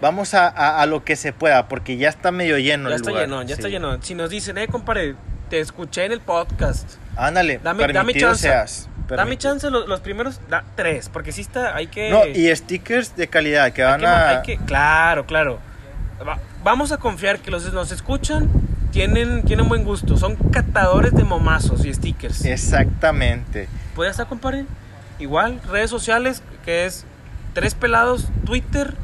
Speaker 2: Vamos a, a- a lo que se pueda, porque ya está medio lleno
Speaker 1: ya
Speaker 2: el
Speaker 1: está
Speaker 2: lugar,
Speaker 1: lleno, ya
Speaker 2: sí.
Speaker 1: está lleno. Si nos dicen, eh, compadre, te escuché en el podcast.
Speaker 2: Ándale,
Speaker 1: Dame, dame
Speaker 2: permitido
Speaker 1: chance.
Speaker 2: seas,
Speaker 1: Dame
Speaker 2: permitido.
Speaker 1: chance los, los primeros da- tres, porque sí está, hay que...
Speaker 2: No, y stickers de calidad que
Speaker 1: hay
Speaker 2: van
Speaker 1: que-
Speaker 2: a...
Speaker 1: hay que- claro, claro. Va- vamos a confiar que los nos escuchan, tienen, tienen buen gusto, son catadores de momazos y stickers.
Speaker 2: Exactamente.
Speaker 1: Pues ya está, compadre. Igual, redes sociales, que es Tres Pelados, Twitter,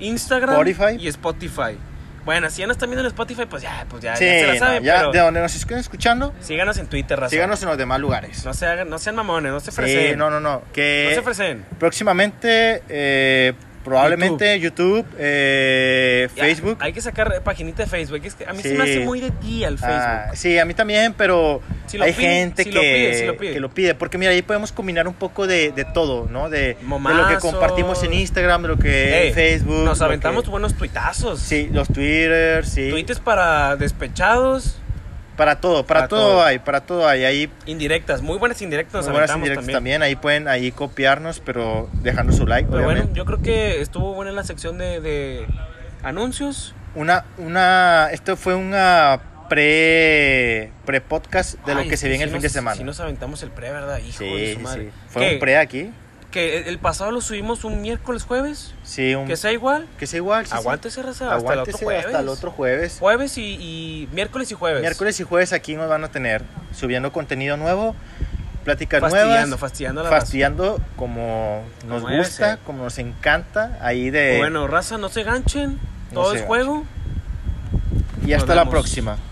Speaker 1: Instagram
Speaker 2: Spotify.
Speaker 1: y Spotify. Bueno, si ya nos están viendo en Spotify, pues ya, pues ya,
Speaker 2: sí,
Speaker 1: ya se la
Speaker 2: no,
Speaker 1: saben,
Speaker 2: ya
Speaker 1: pero
Speaker 2: de donde nos estén escuchando,
Speaker 1: síganos en Twitter, raza.
Speaker 2: síganos en los demás lugares.
Speaker 1: No, se hagan- no sean mamones, no se
Speaker 2: sí,
Speaker 1: freseen.
Speaker 2: no, eh, no, no. Que...
Speaker 1: No se freseen.
Speaker 2: Próximamente, eh, probablemente YouTube, eh,
Speaker 1: Ya,
Speaker 2: Facebook.
Speaker 1: Hay que sacar paginita de Facebook. Es que a mí se
Speaker 2: Sí.
Speaker 1: me hace muy de ti el
Speaker 2: Ah,
Speaker 1: Facebook.
Speaker 2: sí, a mí también, pero
Speaker 1: Si lo
Speaker 2: hay
Speaker 1: pide-
Speaker 2: gente
Speaker 1: si
Speaker 2: que,
Speaker 1: lo pide, si lo pide.
Speaker 2: que lo pide. Porque mira, ahí podemos combinar un poco de, de todo, ¿no? De, de lo que
Speaker 1: Momazos.
Speaker 2: compartimos en Instagram, de lo que
Speaker 1: Ey,
Speaker 2: en Facebook.
Speaker 1: Eh, Nos
Speaker 2: lo
Speaker 1: aventamos
Speaker 2: que-
Speaker 1: buenos tuitazos.
Speaker 2: Sí, los Twitter, sí.
Speaker 1: Tuites para despechados,
Speaker 2: Para todo, para,
Speaker 1: Para
Speaker 2: todo,
Speaker 1: todo.
Speaker 2: hay, para todo hay. Ahí
Speaker 1: indirectas, muy buenas indirectas nos
Speaker 2: muy buenas
Speaker 1: aventamos
Speaker 2: indirectas
Speaker 1: también.
Speaker 2: también. Ahí pueden ahí copiarnos, pero dejando su like,
Speaker 1: Pero bueno,
Speaker 2: obviamente.
Speaker 1: yo creo que estuvo buena la sección de, de anuncios.
Speaker 2: una, una, esto fue una pre, pre podcast de lo
Speaker 1: Ay,
Speaker 2: que se viene
Speaker 1: sí
Speaker 2: el fin
Speaker 1: nos-
Speaker 2: de semana.
Speaker 1: Sí, nos aventamos el pre, ¿verdad? Hijo de
Speaker 2: sí,
Speaker 1: su
Speaker 2: sí.
Speaker 1: madre.
Speaker 2: Fue
Speaker 1: que,
Speaker 2: un pre aquí.
Speaker 1: que el- el pasado lo subimos un miércoles, jueves.
Speaker 2: Sí, un,
Speaker 1: Que sea igual.
Speaker 2: que sea igual. sí, sí.
Speaker 1: Aguántese, raza. Hasta el otro
Speaker 2: Aguántese
Speaker 1: jueves.
Speaker 2: hasta el otro jueves.
Speaker 1: Jueves y, y miércoles y jueves.
Speaker 2: Miércoles y jueves aquí nos van a tener subiendo contenido nuevo, pláticas
Speaker 1: Fastidiando,
Speaker 2: nuevas,
Speaker 1: fastidiando a la raza.
Speaker 2: fastidiando como nos
Speaker 1: debe
Speaker 2: gusta,
Speaker 1: ser.
Speaker 2: como nos encanta, ahí de...
Speaker 1: Bueno, raza, no se ganchen.
Speaker 2: No
Speaker 1: Todo
Speaker 2: se
Speaker 1: es juego.
Speaker 2: y
Speaker 1: nos
Speaker 2: hasta la
Speaker 1: vemos.
Speaker 2: próxima.